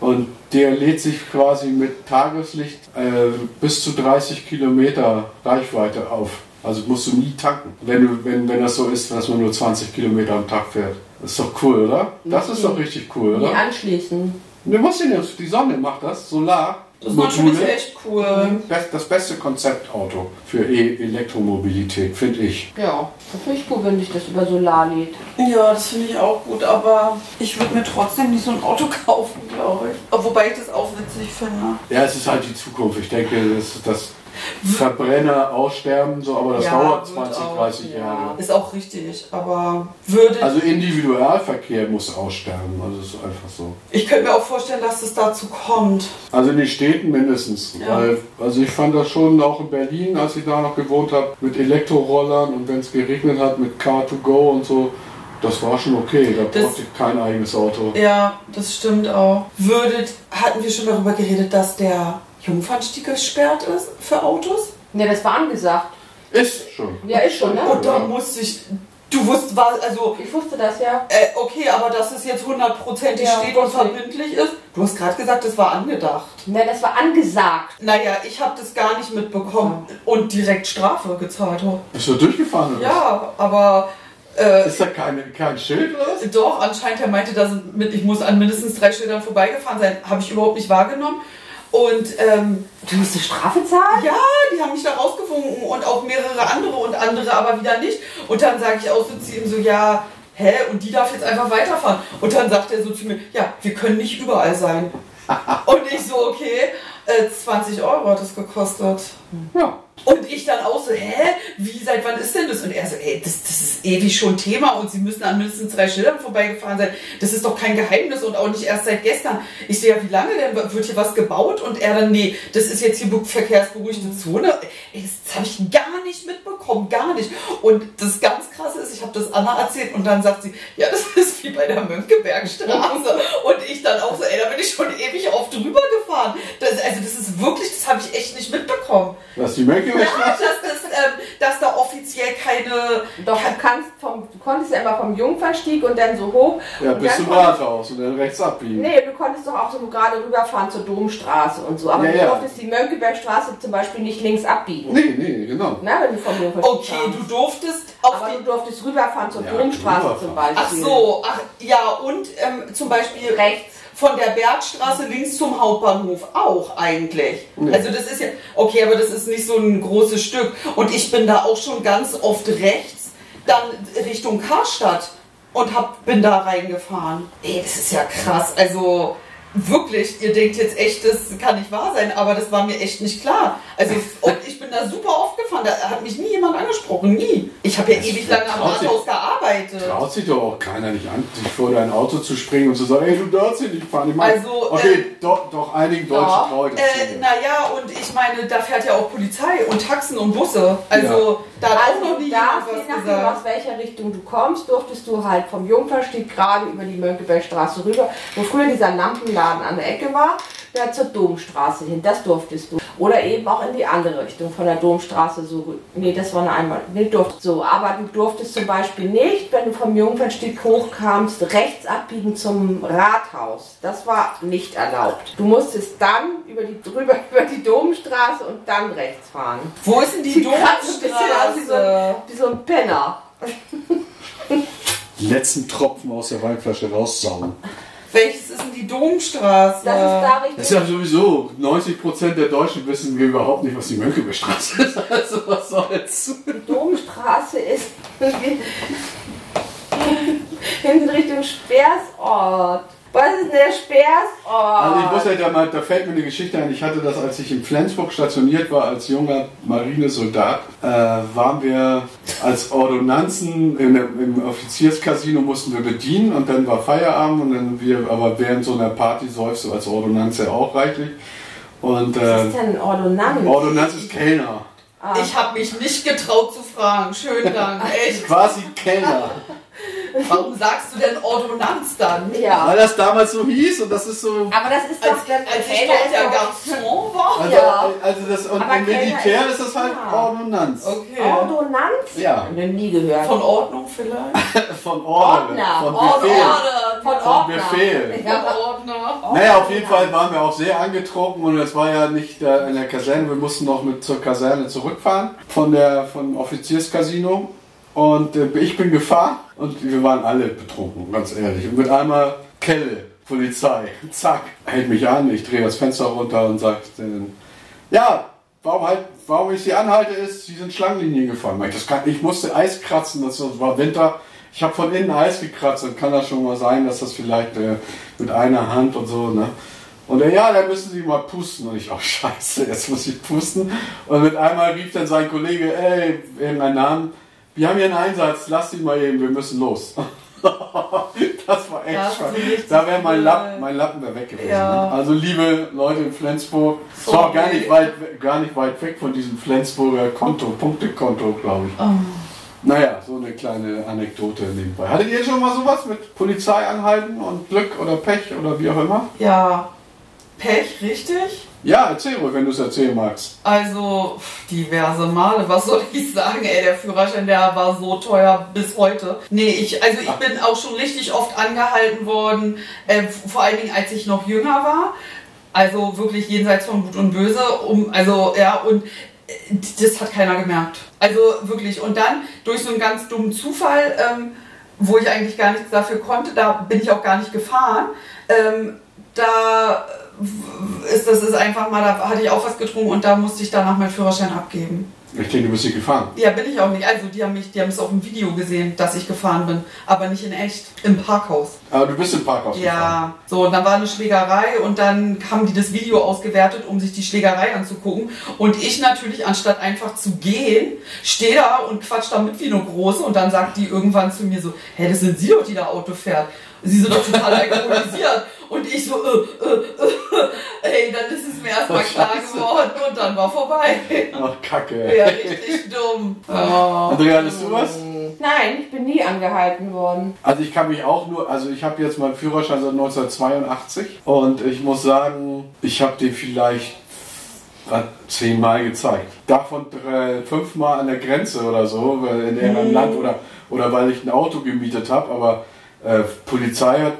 Speaker 1: Und der lädt sich quasi mit Tageslicht äh, bis zu 30 Kilometer Reichweite auf. Also musst du nie tanken, wenn, du, wenn, wenn das so ist, dass man nur 20 Kilometer am Tag fährt. Das ist doch cool, oder? Das ist doch richtig cool,
Speaker 2: Die
Speaker 1: oder?
Speaker 2: anschließen.
Speaker 1: Du musst ihn jetzt, die Sonne macht das, Solar.
Speaker 3: Das ist natürlich
Speaker 1: Module.
Speaker 3: echt cool.
Speaker 1: Best- Das beste Konzeptauto für e Elektromobilität, finde ich.
Speaker 2: Ja, das finde ich gut, wenn sich das über Solar lädt.
Speaker 3: Ja, das finde ich auch gut, aber ich würde mir trotzdem nicht so ein Auto kaufen, glaube ich. Wobei ich das auch witzig finde.
Speaker 1: Ja, es ist halt die Zukunft. Ich denke, das, das Verbrenner aussterben, so, aber das
Speaker 3: Ja,
Speaker 1: dauert
Speaker 3: wird
Speaker 1: 20,
Speaker 3: auch,
Speaker 1: 30
Speaker 2: ja.
Speaker 1: Jahre.
Speaker 3: Ist auch richtig, aber würde.
Speaker 1: Also Individualverkehr muss aussterben, also es ist einfach so.
Speaker 3: ich könnte mir auch vorstellen, dass es dazu kommt.
Speaker 1: Also in den Städten mindestens.
Speaker 3: Ja.
Speaker 1: Weil, also ich fand das schon auch in Berlin, als ich da noch gewohnt habe, mit Elektrorollern und wenn es geregnet hat, mit Car2Go und so, das war schon okay. Da
Speaker 3: Das-
Speaker 1: brauchte ich kein eigenes Auto.
Speaker 3: Ja, das stimmt auch. Würdet, hatten wir schon darüber geredet, dass der Jungfernstieg gesperrt ist für Autos?
Speaker 2: Ja, das war angesagt.
Speaker 1: Ist schon.
Speaker 2: Ja, ist schon, ne?
Speaker 3: Und da musste ich. Du wusstest, was, also.
Speaker 2: Ich wusste das ja.
Speaker 3: Äh, okay, aber dass es jetzt hundertprozentig
Speaker 2: Ja,
Speaker 3: steht und
Speaker 2: wusste ich.
Speaker 3: verbindlich ist. Du hast gerade gesagt, das war angedacht.
Speaker 2: Ne, das war angesagt.
Speaker 3: Naja, ich habe das gar nicht mitbekommen und direkt Strafe gezahlt. habe.
Speaker 1: Bist du durchgefahren oder
Speaker 3: Ja, aber
Speaker 1: was?
Speaker 3: äh,
Speaker 1: Ist da keine, kein Schild oder was?
Speaker 3: doch, anscheinend er meinte, dass mit, ich muss an mindestens drei Schildern vorbeigefahren sein. Habe ich überhaupt nicht wahrgenommen. Und ähm,
Speaker 2: Du musst eine Strafe zahlen?
Speaker 3: ja, die haben mich da rausgewunken und auch mehrere andere und andere aber wieder nicht. Und dann sage ich auch so zu ihm so, ja, hä, und die darf jetzt einfach weiterfahren. Und dann sagt er so zu mir, ja, wir können nicht überall sein. und ich so, okay, äh, 20 Euro hat es gekostet.
Speaker 1: Ja.
Speaker 3: Und ich dann auch so, hä? Wie, seit wann ist denn das? Und er so, ey, das, das ist ewig schon Thema und sie müssen an mindestens drei Schildern vorbeigefahren sein. Das ist doch kein Geheimnis und auch nicht erst seit gestern. Ich so, ja, wie lange denn? Wird hier was gebaut? Und er dann, nee, das ist jetzt hier be- verkehrsberuhigte Zone. Ey, das habe ich gar nicht mitbekommen, gar nicht. Und das ganz krasse ist, ich habe das Anna erzählt und dann sagt sie, ja, das ist wie bei der Mönckebergstraße. Und ich dann auch so, ey, da bin ich schon ewig oft drüber gefahren. Das, also das ist wirklich, das habe ich echt nicht mitbekommen.
Speaker 1: Dass die Mönckebergstraße
Speaker 3: Ja, dass, das, ähm, dass da offiziell keine.
Speaker 2: Doch, du, kannst vom, du konntest ja immer vom Jungfernstieg und dann so hoch.
Speaker 1: Ja,
Speaker 2: Und
Speaker 1: bis
Speaker 2: dann
Speaker 1: zum
Speaker 2: konntest-
Speaker 1: Rathaus und dann rechts abbiegen.
Speaker 2: Nee, du konntest doch auch so gerade rüberfahren zur Domstraße und so. Aber
Speaker 1: Ja,
Speaker 2: du
Speaker 1: ja.
Speaker 2: durftest die Mönckebergstraße zum Beispiel nicht links abbiegen.
Speaker 1: Nee, nee, genau.
Speaker 2: Na, wenn du vom Jungfernstieg
Speaker 3: Okay,
Speaker 2: kamst.
Speaker 3: du durftest auf
Speaker 2: Aber du
Speaker 3: die.
Speaker 2: durftest rüberfahren zur
Speaker 1: Ja,
Speaker 2: Domstraße zum
Speaker 1: rüberfahren.
Speaker 2: Beispiel.
Speaker 3: Ach so, ach ja, und ähm, zum Beispiel
Speaker 2: Rechts.
Speaker 3: Von der Bergstraße links zum Hauptbahnhof auch eigentlich.
Speaker 1: Nee.
Speaker 3: Also das ist ja. Okay, aber das ist nicht so ein großes Stück. Und ich bin da auch schon ganz oft rechts, dann Richtung Karstadt und hab, bin da reingefahren. Ey, das ist ja krass. Also. Wirklich, ihr denkt jetzt echt, das kann nicht wahr sein, aber das war mir echt nicht klar. Also, und ich bin da super aufgefahren, da hat mich nie jemand angesprochen, nie. Ich habe ja
Speaker 1: Das
Speaker 3: ewig lange am
Speaker 1: traut sich-
Speaker 3: Rathaus gearbeitet.
Speaker 1: Traut sich doch auch keiner nicht an, sich vor dein Auto zu springen und zu sagen, ey, du darfst hier nicht fahren. Ich meine,
Speaker 3: Also,
Speaker 1: okay,
Speaker 3: äh,
Speaker 1: doch, doch einigen Deutschen
Speaker 2: doch,
Speaker 1: traue ich das
Speaker 3: Äh,
Speaker 1: nicht.
Speaker 3: naja, und ich meine, da fährt ja auch Polizei und Taxen und Busse. Also da hat auch
Speaker 2: Also
Speaker 3: noch nie
Speaker 2: da,
Speaker 3: jemand was
Speaker 2: je nachdem aus
Speaker 3: gesagt.
Speaker 2: welcher Richtung du kommst, durftest du halt vom Jungfernstieg gerade über die Mönckebergstraße rüber, wo früher dieser Lampenladen an der Ecke war, ja, zur Domstraße hin, das durftest du. Oder eben auch in die andere Richtung, von der Domstraße so, rü- nee, das war eine einmal, nee, durft so. Aber du durftest zum Beispiel nicht, wenn du vom Jungfernstieg hochkamst, rechts abbiegen zum Rathaus. Das war nicht erlaubt. Du musstest dann über die, drüber, über die Domstraße und dann rechts fahren.
Speaker 3: Wo ist denn die
Speaker 2: Sieht gerade ein bisschen aus wie so, ein-
Speaker 3: Domstraße?
Speaker 2: wie so ein Penner.
Speaker 1: Die letzten Tropfen aus der Weinflasche raussaugen.
Speaker 3: Welches ist denn die Domstraße?
Speaker 2: Das ist da richtig.
Speaker 1: Das ist ja sowieso, 90% der Deutschen wissen überhaupt nicht, was die Mönckebergstraße ist. Also was soll's.
Speaker 2: die Domstraße ist hinten Richtung Speersort. Was ist denn der Speersort?
Speaker 1: Also ich muss ja da mal, da fällt mir eine Geschichte ein. Ich hatte das, als ich in Flensburg stationiert war, als junger Marinesoldat, äh, waren wir als Ordonnanzen in der, im Offizierscasino mussten wir bedienen und dann war Feierabend und dann wir, aber während so einer Party säufst du als Ordonnanze auch reichlich. Und
Speaker 2: was
Speaker 1: äh,
Speaker 2: ist denn ein Ordonnanz?
Speaker 1: Ordonnanz ist Kellner.
Speaker 2: Ah.
Speaker 3: Ich habe mich nicht getraut zu fragen. Schönen Dank. Echt.
Speaker 1: Quasi Kellner.
Speaker 3: Warum sagst du denn Ordonnanz dann?
Speaker 2: ja.
Speaker 1: Weil das damals so hieß und das ist so.
Speaker 2: Aber das ist
Speaker 3: Als,
Speaker 2: doch dann
Speaker 3: als ich
Speaker 2: Kellner
Speaker 3: dort der
Speaker 2: doch-
Speaker 3: Garçon war?
Speaker 1: Also,
Speaker 2: Ja.
Speaker 1: also das, und
Speaker 2: Aber
Speaker 1: im
Speaker 2: Kellner
Speaker 1: Militär
Speaker 2: ist-
Speaker 1: ist das halt
Speaker 2: ja.
Speaker 1: Ordonnanz.
Speaker 3: Okay.
Speaker 2: Ordonnanz?
Speaker 1: Ja.
Speaker 2: Noch nie gehört.
Speaker 3: Von Ordnung vielleicht?
Speaker 1: Von Ordnung.
Speaker 2: Ordner.
Speaker 1: Von
Speaker 2: Ordner.
Speaker 1: Befehl.
Speaker 2: Von
Speaker 1: Vom
Speaker 2: Ordner.
Speaker 1: Befehl.
Speaker 2: Ja.
Speaker 3: Ordner.
Speaker 1: Naja, auf jeden Fall waren wir auch sehr angetrunken und es war ja nicht äh, in der Kaserne. Wir mussten noch mit zur Kaserne zurückfahren von der vom Offizierscasino. Und äh, ich bin gefahren und wir waren alle betrunken, ganz ehrlich. Und mit einmal Kelle, Polizei, zack, hält mich an, ich drehe das Fenster runter und äh, sage, ja, warum, halt, warum ich sie anhalte, ist, sie sind Schlangenlinien gefahren. Ich, das kann, ich musste Eis kratzen, das war Winter. Ich habe von innen Eis gekratzt, dann kann das schon mal sein, dass das vielleicht äh, mit einer Hand und so, ne? Und er, ja, da müssen sie mal pusten. Und ich, oh scheiße, jetzt muss ich pusten. Und mit einmal rief dann sein Kollege, ey, irgendein Namen, wir haben hier einen Einsatz, lass sie mal eben, wir müssen los. das war echt
Speaker 3: Das ist
Speaker 1: scheiße.
Speaker 3: richtig
Speaker 1: Da wäre mein
Speaker 3: cool.
Speaker 1: Lappen, mein Lappen wäre weg gewesen.
Speaker 3: Ja.
Speaker 1: Ne? Also liebe Leute in Flensburg, es war auch gar nicht weit, gar nicht weit weg von diesem Flensburger Konto, Punktekonto, glaube ich.
Speaker 3: Oh.
Speaker 1: Naja, so eine kleine Anekdote nebenbei. Hattet ihr schon mal sowas mit Polizei anhalten und Glück oder Pech oder wie auch immer?
Speaker 3: Ja. Pech, richtig?
Speaker 1: Ja, erzähl ruhig, wenn du es erzählen magst.
Speaker 3: Also, pff, diverse Male, was soll ich sagen, ey, der Führerschein, der war so teuer bis heute. Nee, ich, also ich bin auch schon richtig oft angehalten worden, äh, vor allen Dingen, als ich noch jünger war. Also wirklich jenseits von Gut und Böse, um, also, ja, und äh, das hat keiner gemerkt. Also wirklich, und dann durch so einen ganz dummen Zufall, ähm, wo ich eigentlich gar nichts dafür konnte, da bin ich auch gar nicht gefahren, ähm, da ist, das ist einfach mal, da hatte ich auch was getrunken und da musste ich danach meinen Führerschein abgeben.
Speaker 1: Ich denke, du bist hier gefahren.
Speaker 3: Ja, bin ich auch nicht. Also die haben mich, die haben es auf dem Video gesehen, dass ich gefahren bin, aber nicht in echt. Im Parkhaus.
Speaker 1: Aber du bist im Parkhaus gefahren.
Speaker 3: Ja. So, und dann war eine Schlägerei und dann haben die das Video ausgewertet, um sich die Schlägerei anzugucken. Und ich natürlich, anstatt einfach zu gehen, stehe da und quatsch da mit wie eine Große und dann sagt die irgendwann zu mir so, hey, das sind Sie doch, die da Auto fährt. Sie sind doch total alkoholisiert. Und ich so, äh, äh, äh, ey, dann ist es mir erstmal klar geworden und dann war vorbei.
Speaker 1: Ach, Kacke.
Speaker 3: Ja, richtig dumm. Oh.
Speaker 1: Andrea, hattest du was?
Speaker 2: Nein, ich bin nie angehalten worden.
Speaker 1: Also ich kann mich auch nur, also ich habe jetzt meinen Führerschein seit 1982 und ich muss sagen, ich habe den vielleicht äh, zehnmal gezeigt. Davon drei, fünfmal an der Grenze oder so, weil in
Speaker 3: Mhm.
Speaker 1: irgendeinem Land oder, oder weil ich ein Auto gemietet habe, aber äh, Polizei hat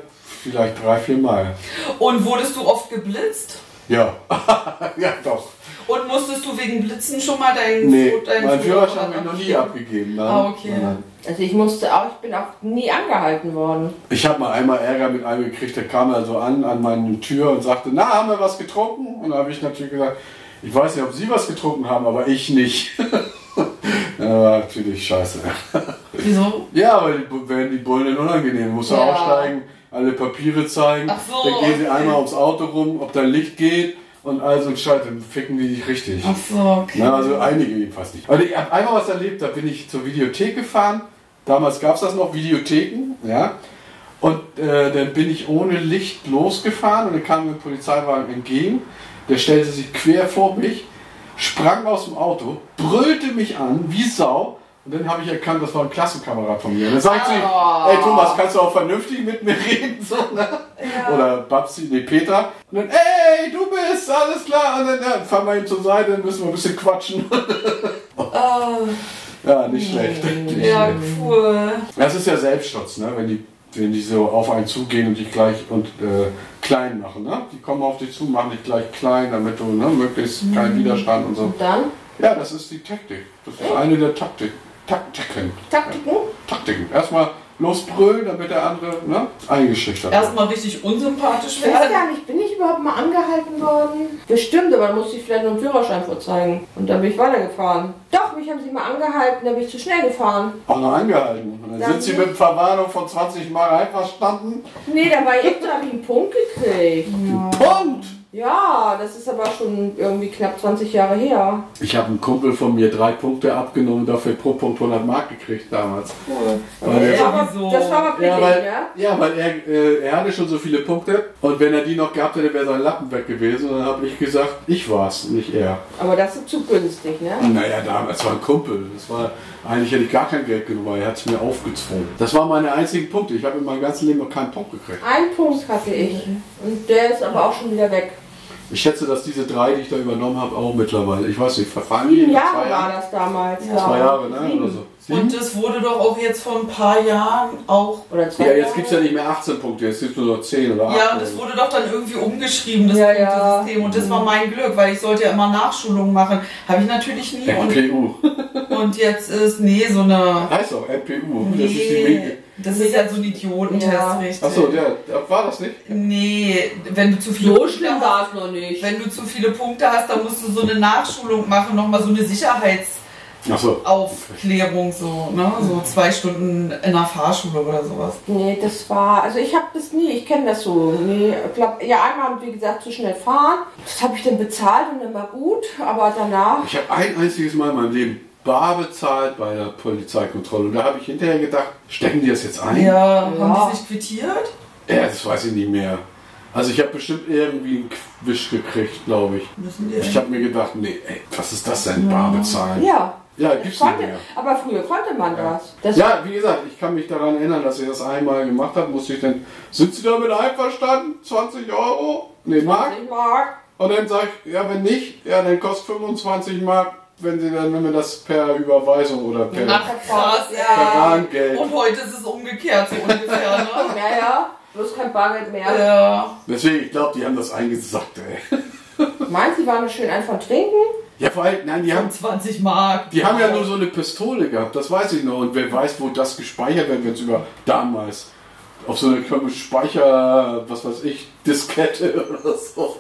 Speaker 1: vielleicht drei, viermal.
Speaker 3: Und wurdest du oft geblitzt?
Speaker 1: Ja, ja doch.
Speaker 3: Und musstest du wegen Blitzen schon mal deinen
Speaker 1: Nee,
Speaker 3: Foto- deinen
Speaker 1: meinen Führerschein
Speaker 3: Fotoapparat
Speaker 1: habe ich noch nie
Speaker 3: abgeben?
Speaker 1: abgegeben. Nein.
Speaker 3: Ah, okay.
Speaker 1: Nein, nein.
Speaker 2: Also ich musste auch, ich bin auch nie angehalten worden.
Speaker 1: Ich habe mal einmal Ärger mit einem gekriegt, der kam also an, an meine Tür und sagte, na, haben wir was getrunken? Und da habe ich natürlich gesagt, ich weiß nicht, ob Sie was getrunken haben, aber ich nicht. ja, war natürlich scheiße.
Speaker 3: Wieso?
Speaker 1: Ja, aber die Bu- werden die Bullen dann unangenehm. Muss er
Speaker 2: Ja.
Speaker 1: aussteigen, alle Papiere zeigen,
Speaker 3: Ach so,
Speaker 1: dann gehen sie
Speaker 3: okay.
Speaker 1: einmal ums Auto rum, ob dein Licht geht und also ein Scheiß, dann ficken die dich richtig.
Speaker 3: Ach so, okay.
Speaker 1: Na, also einige jedenfalls nicht. Also ich habe einmal was erlebt, da bin ich zur Videothek gefahren. Damals gab es das noch, Videotheken, ja. Und äh, dann bin ich ohne Licht losgefahren und dann kam mir ein Polizeiwagen entgegen. Der stellte sich quer vor mich, sprang aus dem Auto, brüllte mich an wie Sau. Und dann habe ich erkannt, das war ein Klassenkamerad von mir. Und dann sagt
Speaker 2: Ah.
Speaker 1: sie, ey Thomas, kannst du auch vernünftig mit mir reden? So, ne? Oder Babsi, nee, Peter. Und dann, ey, du bist, alles klar. Und dann ja, fahren wir ihm zur Seite, dann müssen wir ein bisschen quatschen.
Speaker 3: Äh,
Speaker 1: Ja, nicht schlecht. Nicht
Speaker 3: ja,
Speaker 1: schlecht.
Speaker 3: cool.
Speaker 1: Das ist ja Selbstschutz, ne? wenn, die, wenn die so auf einen zugehen und dich gleich und, äh, klein machen. Ne? Die kommen auf dich zu, machen dich gleich klein, damit du ne, möglichst keinen Widerstand und so.
Speaker 2: Und dann
Speaker 1: Ja, das ist die Taktik. Das ist eine der Taktik. Taktiken.
Speaker 2: Taktiken?
Speaker 1: Taktiken. Erstmal losbrüllen, damit der andere ne, eingeschüchtert wird.
Speaker 3: Erstmal richtig unsympathisch
Speaker 2: Ich weiß
Speaker 3: werden.
Speaker 2: gar nicht, bin ich überhaupt mal angehalten worden? Bestimmt, Also- aber dann musste ich vielleicht nur einen Führerschein vorzeigen. Und dann bin ich weitergefahren. Doch, mich haben sie mal angehalten, da bin ich zu schnell gefahren.
Speaker 1: Auch noch angehalten. Und dann
Speaker 2: Dann
Speaker 1: sind sie
Speaker 2: nicht.
Speaker 1: mit Verwarnung von 20 Mal einverstanden.
Speaker 2: Nee, da war ich echt, da habe ich einen Punkt gekriegt.
Speaker 1: Punkt!
Speaker 2: Ja, das ist aber schon irgendwie knapp 20 Jahre her.
Speaker 1: Ich habe einen Kumpel von mir drei Punkte abgenommen, dafür pro Punkt 100 Mark gekriegt damals.
Speaker 3: Cool.
Speaker 1: Weil er-
Speaker 2: Ja, aber
Speaker 3: sowieso.
Speaker 2: das war aber billig,
Speaker 1: Ja, weil,
Speaker 2: ne?
Speaker 1: ja, weil er, äh, er hatte schon so viele Punkte und wenn er die noch gehabt hätte, wäre sein Lappen weg gewesen. Und dann habe ich gesagt, ich war's, nicht er.
Speaker 2: Aber das ist zu günstig, ne?
Speaker 1: Naja, damals war ein Kumpel. Das war, eigentlich hätte ich gar kein Geld genommen, aber er hat es mir aufgezwungen. Das waren meine einzigen Punkte. Ich habe in meinem ganzen Leben noch keinen Punkt gekriegt.
Speaker 2: Ein Punkt hatte ich. Und der ist aber auch schon wieder weg.
Speaker 1: Ich schätze, dass diese drei, die ich da übernommen habe, auch mittlerweile, ich weiß nicht, verfallen die
Speaker 2: Sieben
Speaker 1: in
Speaker 2: Jahre
Speaker 1: zwei
Speaker 2: war
Speaker 1: Jahren?
Speaker 2: das damals.
Speaker 1: Zwei
Speaker 2: Ja.
Speaker 1: Jahre, ne? Oder so.
Speaker 3: Und das wurde doch auch jetzt vor ein paar Jahren auch.
Speaker 2: Oder zwei
Speaker 1: Ja, jetzt gibt es ja
Speaker 2: Jahre.
Speaker 1: nicht mehr 18 Punkte, jetzt gibt es nur noch 10 oder 8.
Speaker 3: äh, Ja, und das wurde doch dann irgendwie umgeschrieben, das
Speaker 2: Ja, ja.
Speaker 3: Punktesystem. Und das war mein Glück, weil ich sollte ja immer Nachschulungen machen. Habe ich natürlich nie. Und,
Speaker 1: MPU.
Speaker 3: und jetzt ist, nee, so eine.
Speaker 1: Heißt auch MPU. Das ist die
Speaker 3: Nee,
Speaker 1: Menge.
Speaker 3: das ist ja so ein Idiotentest,
Speaker 2: Ja.
Speaker 3: richtig.
Speaker 1: Achso, ja, war das nicht?
Speaker 3: Nee, wenn du zu viele
Speaker 2: So schlimm
Speaker 3: hast,
Speaker 2: war es noch nicht.
Speaker 3: wenn du zu viele Punkte hast, dann musst du so eine Nachschulung machen, nochmal so eine Sicherheitsaufklärung,
Speaker 1: Achso.
Speaker 3: so, ne? So zwei Stunden in einer Fahrschule oder sowas.
Speaker 2: Nee, das war, also ich habe das nie, ich kenne das so. Nee, ich glaub, ja, einmal haben wir, wie gesagt, zu schnell fahren. Das habe ich dann bezahlt und dann war gut, aber danach,
Speaker 1: Ich habe ein einziges Mal in meinem Leben bar bezahlt bei der Polizeikontrolle. Und da habe ich hinterher gedacht, stecken die das jetzt ein?
Speaker 3: Ja, haben
Speaker 2: Ja.
Speaker 3: die sich quittiert?
Speaker 1: Ja, das weiß ich nicht mehr. Also ich habe bestimmt irgendwie einen Quisch gekriegt, glaube ich.
Speaker 3: Müssen die
Speaker 1: Ich habe mir gedacht, nee, ey, was ist das denn, bar bezahlen?
Speaker 2: ja.
Speaker 1: Ja,
Speaker 2: Ich
Speaker 1: gibt's nicht
Speaker 2: konnte,
Speaker 1: mehr.
Speaker 2: aber früher konnte man das. das
Speaker 1: Ja, wie gesagt, ich kann mich daran erinnern, dass ich das einmal gemacht habe. Musste ich dann, sind Sie damit einverstanden? 20 Euro? Nee, Mark?
Speaker 2: Ich mag.
Speaker 1: Und dann sag ich, ja, wenn nicht, ja, dann kostet 25 Mark, wenn Sie dann, wenn wir das per Überweisung oder per
Speaker 3: Ach, krass,
Speaker 1: Per
Speaker 3: ja.
Speaker 1: Warngeld.
Speaker 3: Und heute ist es umgekehrt, so ungefähr, ne?
Speaker 2: Ja, ja, bloß kein Bargeld mehr.
Speaker 3: Ja.
Speaker 1: Deswegen, ich glaube, die haben das eingesackt, ey.
Speaker 2: Meinst du, die waren schön einfach trinken?
Speaker 1: Ja, vor allem, nein, die haben,
Speaker 3: 20 Mark.
Speaker 1: die haben ja nur so eine Pistole gehabt, das weiß ich noch. Und wer weiß, wo das gespeichert wird, wenn es über damals auf so eine komische Speicher, was weiß ich, Diskette oder so.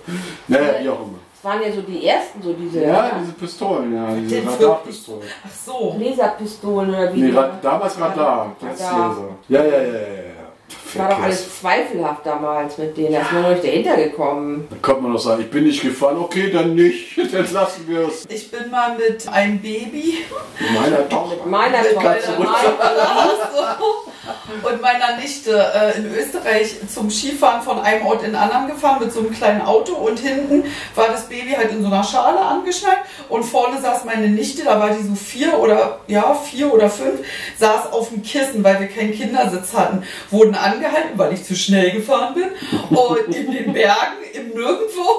Speaker 1: Naja, wie auch immer.
Speaker 2: Das waren ja so die ersten, so diese
Speaker 1: Ja, diese Pistolen, ja, diese
Speaker 3: Den
Speaker 1: Radarpistolen.
Speaker 3: Ach so.
Speaker 2: Laserpistolen oder wie.
Speaker 1: Nee,
Speaker 2: die-
Speaker 1: Rad, damals Radar. Das ist hier so. Ja, ja, ja, ja, ja, ja.
Speaker 2: war doch alles zweifelhaft damals mit denen. Da ist man noch nicht dahinter gekommen.
Speaker 1: Dann kommt man doch sagen, ich bin nicht gefahren, okay, dann nicht, dann lassen wir es.
Speaker 3: Ich bin mal mit einem Baby
Speaker 1: Meiner Tochter.
Speaker 2: Mit meiner
Speaker 3: Mit
Speaker 2: Tochter.
Speaker 3: meiner-
Speaker 2: mein-
Speaker 3: und meiner Nichte äh, in Österreich zum Skifahren von einem Ort in den anderen gefahren mit so einem kleinen Auto und hinten war das Baby halt in so einer Schale angeschnallt und vorne saß meine Nichte, da war die so vier oder ja vier oder fünf, saß auf dem Kissen, weil wir keinen Kindersitz hatten, wurden angehalten, weil ich zu schnell gefahren bin und in den Bergen im Nirgendwo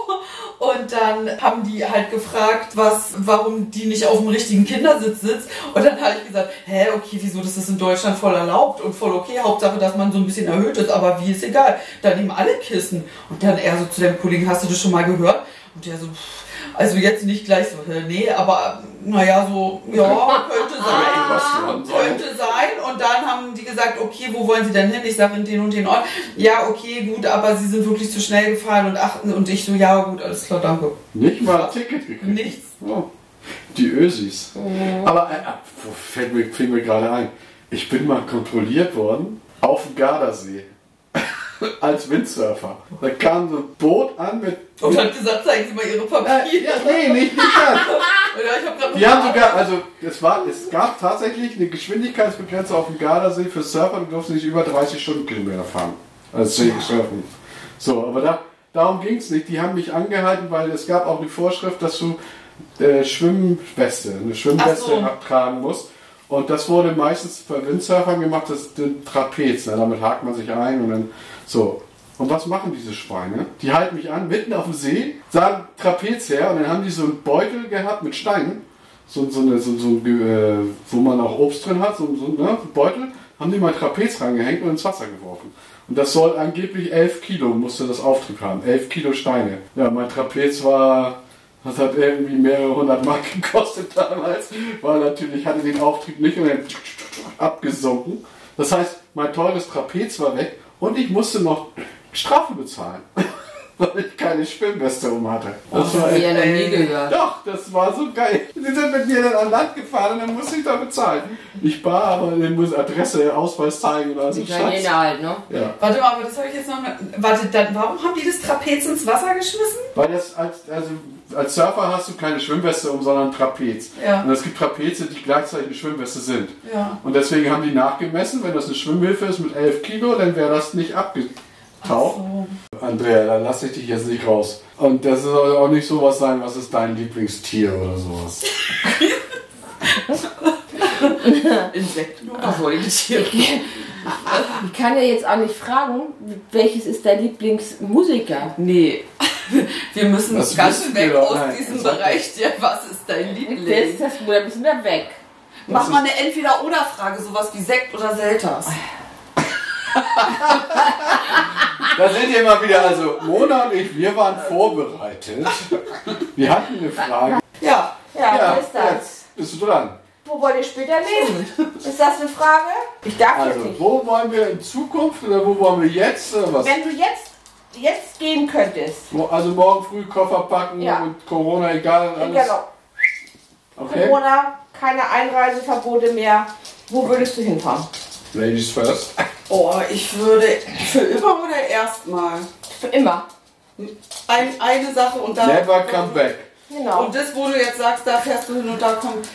Speaker 3: und dann haben die halt gefragt, was, warum die nicht auf dem richtigen Kindersitz sitzt. Und dann habe ich gesagt, hä, okay, wieso, das ist in Deutschland voll erlaubt und voll okay. Hauptsache, dass man so ein bisschen erhöht ist, aber wie ist egal. Da nehmen alle Kissen. Und dann er so zu dem Kollegen, hast du das schon mal gehört? Und der so, pff, also jetzt nicht gleich so, hä, nee, aber naja, so, ja, könnte sein.
Speaker 1: Was dran sein.
Speaker 3: Könnte sein. Und dann haben die gesagt, okay, wo wollen sie denn hin? Ich sage in den und den Ort. Ja, okay, gut, aber sie sind wirklich zu schnell gefahren und achten. Und ich so, ja, gut, alles klar, danke.
Speaker 1: Nicht mal ein Ticket gekriegt.
Speaker 3: Nichts.
Speaker 1: Oh, die Ösis. Aber äh, äh, wo fällt mir, fällt mir gerade ein. Ich bin mal kontrolliert worden auf dem Gardasee. Als Windsurfer. Da kam so ein Boot an mit.
Speaker 3: Und hat gesagt, zeigen Sie mal Ihre
Speaker 1: Äh,
Speaker 3: Papiere.
Speaker 1: ja, nee, nicht, nicht das.
Speaker 3: Oder ich habe gerade
Speaker 1: Die haben sogar, also es, war, es gab tatsächlich eine Geschwindigkeitsbegrenzung auf dem Gardasee für Surfer, du durften nicht über 30 Stundenkilometer fahren. Also deswegen surfen. So, aber da, darum ging es nicht. Die haben mich angehalten, weil es gab auch die Vorschrift, dass du äh, Schwimmweste, eine Schwimmweste
Speaker 3: Ach so.
Speaker 1: abtragen musst. Und das wurde meistens bei Windsurfern gemacht, das ist ein Trapez. Ne? Damit hakt man sich ein und dann so. Und was machen diese Schweine? Die halten mich an, mitten auf dem See, sagen Trapez her und dann haben die so einen Beutel gehabt mit Steinen so, so, eine, so, so ein Ge- äh, wo man auch Obst drin hat, so, so ne, Beutel, haben die mal Trapez rangehängt und ins Wasser geworfen. Und das soll angeblich 11 Kilo, musste das Auftrieb haben, 11 Kilo Steine. Ja, mein Trapez war, das hat irgendwie mehrere hundert Mark gekostet damals, weil natürlich hatte den Auftrieb nicht und dann abgesunken. Das heißt, mein teures Trapez war weg und ich musste noch Strafe bezahlen, weil ich keine Schwimmweste um hatte. Das
Speaker 2: Das
Speaker 1: war
Speaker 2: hab
Speaker 1: echt,
Speaker 2: ich Oh, ja noch nie gehört.
Speaker 1: doch, das war so geil. Die sind mit mir dann an Land gefahren und dann musste ich da bezahlen. Nicht bar, aber dann muss Adresse, Ausweis zeigen oder so.
Speaker 2: Die Italiener
Speaker 1: Schatz.
Speaker 2: halt, ne?
Speaker 1: Ja,
Speaker 3: Warte mal, aber das habe ich jetzt noch. ne- Warte, dann, warum haben die das Trapez ins Wasser geschmissen?
Speaker 1: weil das als, also als Surfer hast du keine Schwimmweste um, sondern Trapez.
Speaker 3: Ja.
Speaker 1: Und es gibt Trapeze, die gleichzeitig eine Schwimmweste sind.
Speaker 3: Ja.
Speaker 1: Und deswegen haben die nachgemessen, wenn das eine Schwimmhilfe ist mit 11 Kilo, dann wäre das nicht abgetaucht.
Speaker 3: So.
Speaker 1: Andrea, da lasse ich dich jetzt nicht raus. Und das soll auch nicht sowas sein, was ist dein Lieblingstier oder sowas.
Speaker 3: Insekten oder Säugetiere.
Speaker 2: Ich kann ja jetzt auch nicht fragen, welches ist dein Lieblingsmusiker?
Speaker 3: Nee. Wir müssen
Speaker 1: Das
Speaker 3: ganz
Speaker 1: wissen
Speaker 3: weg
Speaker 1: wir doch.
Speaker 3: aus
Speaker 1: Nein,
Speaker 3: diesem
Speaker 1: sag
Speaker 3: Bereich der Was ist dein
Speaker 2: Der ist
Speaker 3: Liebling?
Speaker 2: das Bruder, müssen wir weg.
Speaker 3: Mach
Speaker 1: ist-
Speaker 3: mal eine Entweder-Oder-Frage, sowas wie Sekt oder Selters.
Speaker 1: Da sind wir mal wieder, also Mona und ich, wir waren vorbereitet. Wir hatten eine Frage.
Speaker 3: Ja.
Speaker 2: Ja,
Speaker 1: Ja,
Speaker 2: was ist das?
Speaker 1: jetzt bist du dran.
Speaker 2: Wo wollt ihr später leben? Ist das eine Frage? Ich darf das
Speaker 1: Also,
Speaker 2: nicht.
Speaker 1: wo wollen wir in Zukunft oder wo wollen wir jetzt? Oder was?
Speaker 2: Wenn du jetzt, jetzt gehen könntest.
Speaker 1: Mo- Also morgen früh Koffer packen
Speaker 2: Ja.
Speaker 1: und Corona egal und alles.
Speaker 2: Genau.
Speaker 1: Okay.
Speaker 2: Corona, keine Einreiseverbote mehr. Wo würdest du hinfahren?
Speaker 1: Ladies first.
Speaker 3: Oh, ich würde für immer oder erstmal
Speaker 2: Für immer.
Speaker 3: ein, eine Sache und dann.
Speaker 1: Never come back.
Speaker 2: Genau.
Speaker 3: Und das, wo du jetzt sagst, da fährst du hin und da kommt.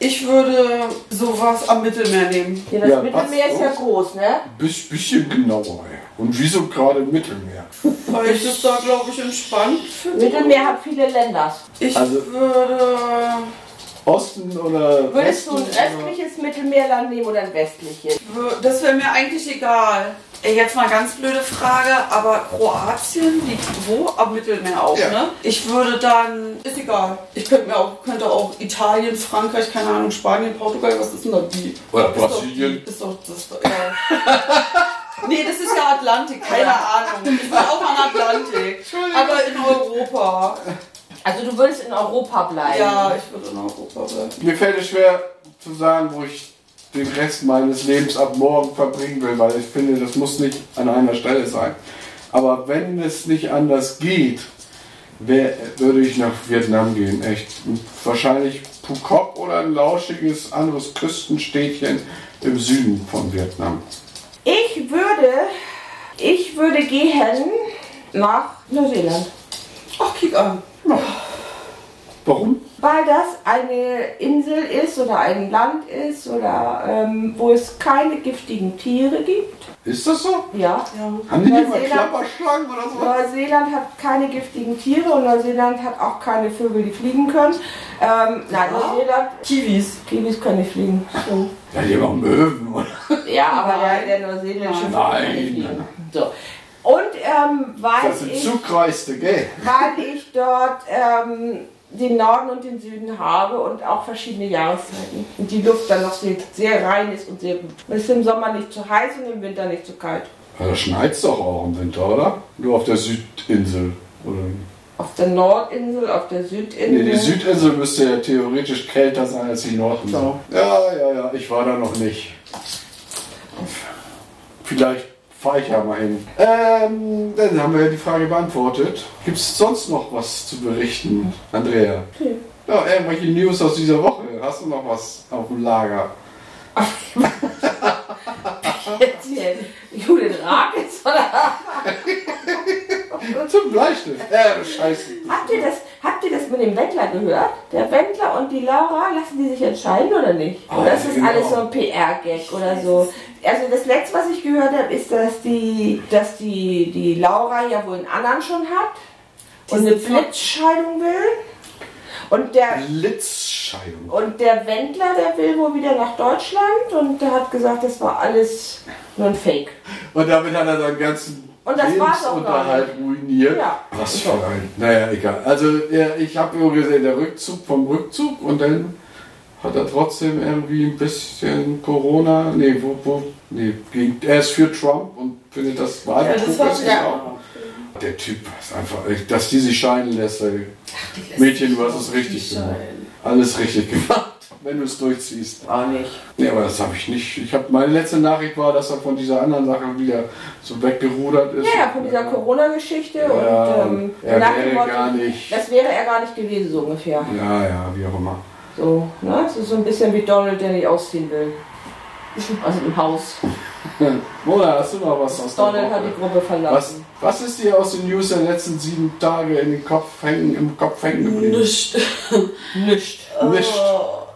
Speaker 3: Ich würde sowas am Mittelmeer nehmen.
Speaker 2: ja, das
Speaker 1: Ja,
Speaker 2: Mittelmeer
Speaker 1: passt
Speaker 2: ist ja groß, ne?
Speaker 1: Biss, bisschen genauer. ja. Und wieso gerade im Mittelmeer?
Speaker 3: Weil ich das da, glaube ich, entspannt finde.
Speaker 2: Mittelmeer hat viele Länder.
Speaker 3: Ich
Speaker 1: Also-
Speaker 3: würde.
Speaker 1: Osten oder
Speaker 2: Würdest du ein
Speaker 1: Westen oder-
Speaker 2: östliches Mittelmeerland nehmen oder ein westliches?
Speaker 3: wür- Das wäre mir eigentlich egal. Ey, Jetzt mal ganz blöde Frage, aber Kroatien liegt wo? Am Mittelmeer auch,
Speaker 1: Ja.
Speaker 3: ne? Ich würde dann. Ist egal. Ich könnte mir auch, könnte auch Italien, Frankreich, keine Ahnung, Spanien, Portugal, was ist denn da die?
Speaker 1: Oder
Speaker 3: Ist doch
Speaker 1: Brasilien.
Speaker 3: die- Ist doch das. Ist doch, ja. Nee, das ist ja Atlantik, keine Ahnung. Ich war auch an Atlantik. Aber in Europa.
Speaker 2: Also du würdest in Europa bleiben.
Speaker 3: Ja, ich würde in Europa bleiben.
Speaker 1: Mir fällt es schwer zu sagen, wo ich den Rest meines Lebens ab morgen verbringen will, weil ich finde, das muss nicht an einer Stelle sein. Aber wenn es nicht anders geht, wär, würde ich nach Vietnam gehen. Echt. Und Wahrscheinlich Phuoc oder ein lauschiges anderes Küstenstädtchen im Süden von Vietnam.
Speaker 2: Ich würde, ich würde gehen nach Neuseeland.
Speaker 3: Ach, kick an.
Speaker 1: Warum?
Speaker 2: Weil das eine Insel ist oder ein Land ist oder ähm, wo es keine giftigen Tiere gibt.
Speaker 1: Ist das so?
Speaker 2: Ja.
Speaker 3: Ja.
Speaker 1: Haben die nicht mal
Speaker 2: Neuseeland-
Speaker 1: Klapperschlangen oder so?
Speaker 2: Neuseeland hat keine giftigen Tiere und Neuseeland hat auch keine Vögel, die fliegen können. Ähm, nein, Neuseeland,
Speaker 3: Kiwis.
Speaker 2: Kiwis können nicht fliegen.
Speaker 1: Ja, die haben auch Möwen, oder?
Speaker 2: Ja, aber der, der neuseeländische Vogel kann nicht
Speaker 1: Nein.
Speaker 2: fliegen. So. Und ähm, weil
Speaker 1: Das sind
Speaker 2: ich
Speaker 1: Zugreiste, gell?
Speaker 2: weil ich dort ähm, den Norden und den Süden habe und auch verschiedene Jahreszeiten. Und die Luft dann noch sehr, sehr rein ist und sehr gut. Es ist im Sommer nicht zu heiß und im Winter nicht zu kalt.
Speaker 1: Ja, da schneit's doch auch im Winter, oder? Nur auf der Südinsel. Oder?
Speaker 2: Auf der Nordinsel, auf der Südinsel.
Speaker 1: Nee, die Südinsel müsste ja theoretisch kälter sein als die Nordinsel.
Speaker 2: So.
Speaker 1: Ja, ja, ja, ich war da noch nicht. Vielleicht fahre ich ja mal hin. Ähm, dann haben wir ja die Frage beantwortet. Gibt es sonst noch was zu berichten, Andrea? Ja, irgendwelche News aus dieser Woche. Hast du noch was auf dem Lager?
Speaker 2: Jetzt hier Judith Rakitz oder?
Speaker 1: Zum Bleistift. Äh, scheiße.
Speaker 2: Habt ihr, das, habt ihr das mit dem Wendler gehört? Der Wendler und die Laura, lassen die sich entscheiden oder nicht?
Speaker 1: Ah,
Speaker 2: oder ist das
Speaker 1: genau.
Speaker 2: alles so ein PR-Gag oder so? Also das letzte, was ich gehört habe, ist, dass die, dass die, die Laura ja wohl einen anderen schon hat und eine
Speaker 3: Diesen Ver-
Speaker 2: Blitzscheidung will. Und der,
Speaker 1: Blitzscheidung.
Speaker 2: und der Wendler, der will wohl wieder nach Deutschland und der hat gesagt, das war alles nur ein Fake.
Speaker 1: Und damit hat er seinen ganzen
Speaker 2: Und das war's auch
Speaker 1: Lebensunterhalt ruiniert.
Speaker 2: Ja.
Speaker 1: Was für ein. Naja, egal. Also ja, ich habe nur gesehen, der Rückzug vom Rückzug und dann hat er trotzdem irgendwie ein bisschen Corona. Nee, wo, wo? Nee, gegen- er ist für Trump und findet das Wahlbetrug.
Speaker 3: war-
Speaker 1: ist
Speaker 2: ja.
Speaker 1: auch- Der Typ ist einfach, dass die sich scheinen lässt. Ey. Mädchen, du hast es richtig gemacht. Alles richtig gemacht. wenn du es durchziehst.
Speaker 2: Auch nicht.
Speaker 1: Nee, aber das habe ich nicht. Ich habe meine letzte Nachricht war, dass er von dieser anderen Sache wieder so weggerudert ist.
Speaker 2: Ja, ja, von dieser Corona-Geschichte
Speaker 1: Ja,
Speaker 2: und ähm,
Speaker 1: er
Speaker 2: nach
Speaker 1: wäre
Speaker 2: dem Motto,
Speaker 1: gar nicht.
Speaker 2: das wäre er gar nicht gewesen, so ungefähr.
Speaker 1: Ja, ja, wie auch immer.
Speaker 2: So, ne? Das ist so ein bisschen wie Donald, der nicht ausziehen will. Aus dem Haus.
Speaker 1: Mona, hast du noch was aus der
Speaker 2: Donald hat
Speaker 1: Woche?
Speaker 2: die Gruppe
Speaker 1: was,
Speaker 2: verlassen.
Speaker 1: was ist dir aus den News der letzten sieben Tage in den Kopf hängen, im Kopf hängen geblieben?
Speaker 3: Nicht. Oh.
Speaker 2: Nicht.
Speaker 1: Nicht.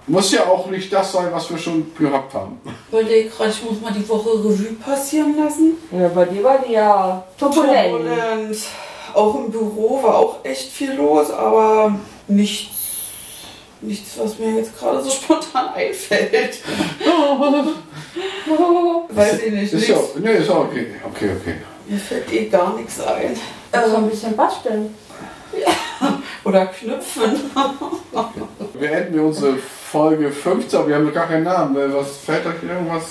Speaker 1: Muss ja auch nicht das sein, was wir schon gehabt haben.
Speaker 3: Überleg grad, ich muss mal die Woche Revue passieren lassen.
Speaker 2: Ja, bei dir war die ja turbulent.
Speaker 3: Turbulent. Auch im Büro war auch echt viel los, aber nichts, nichts, was mir jetzt gerade so spontan einfällt. Weiß ich nicht.
Speaker 1: Ist ja,
Speaker 3: nichts.
Speaker 1: nee, ist ja okay. Okay, okay.
Speaker 3: Mir fällt eh gar nichts ein.
Speaker 2: Also ein bisschen basteln.
Speaker 3: Oder knüpfen.
Speaker 1: Beenden wir unsere Folge 15, aber wir haben noch gar keinen Namen. Was fällt euch irgendwas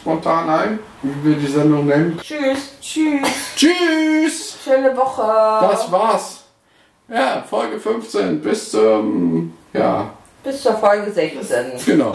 Speaker 1: spontan ein? Wie wir die Sendung nennen?
Speaker 2: Tschüss.
Speaker 3: Tschüss.
Speaker 1: Tschüss!
Speaker 2: Schöne Woche.
Speaker 1: Das war's. Ja, Folge 15. Bis zum. Ja,
Speaker 2: Bis zur Folge 16.
Speaker 1: genau.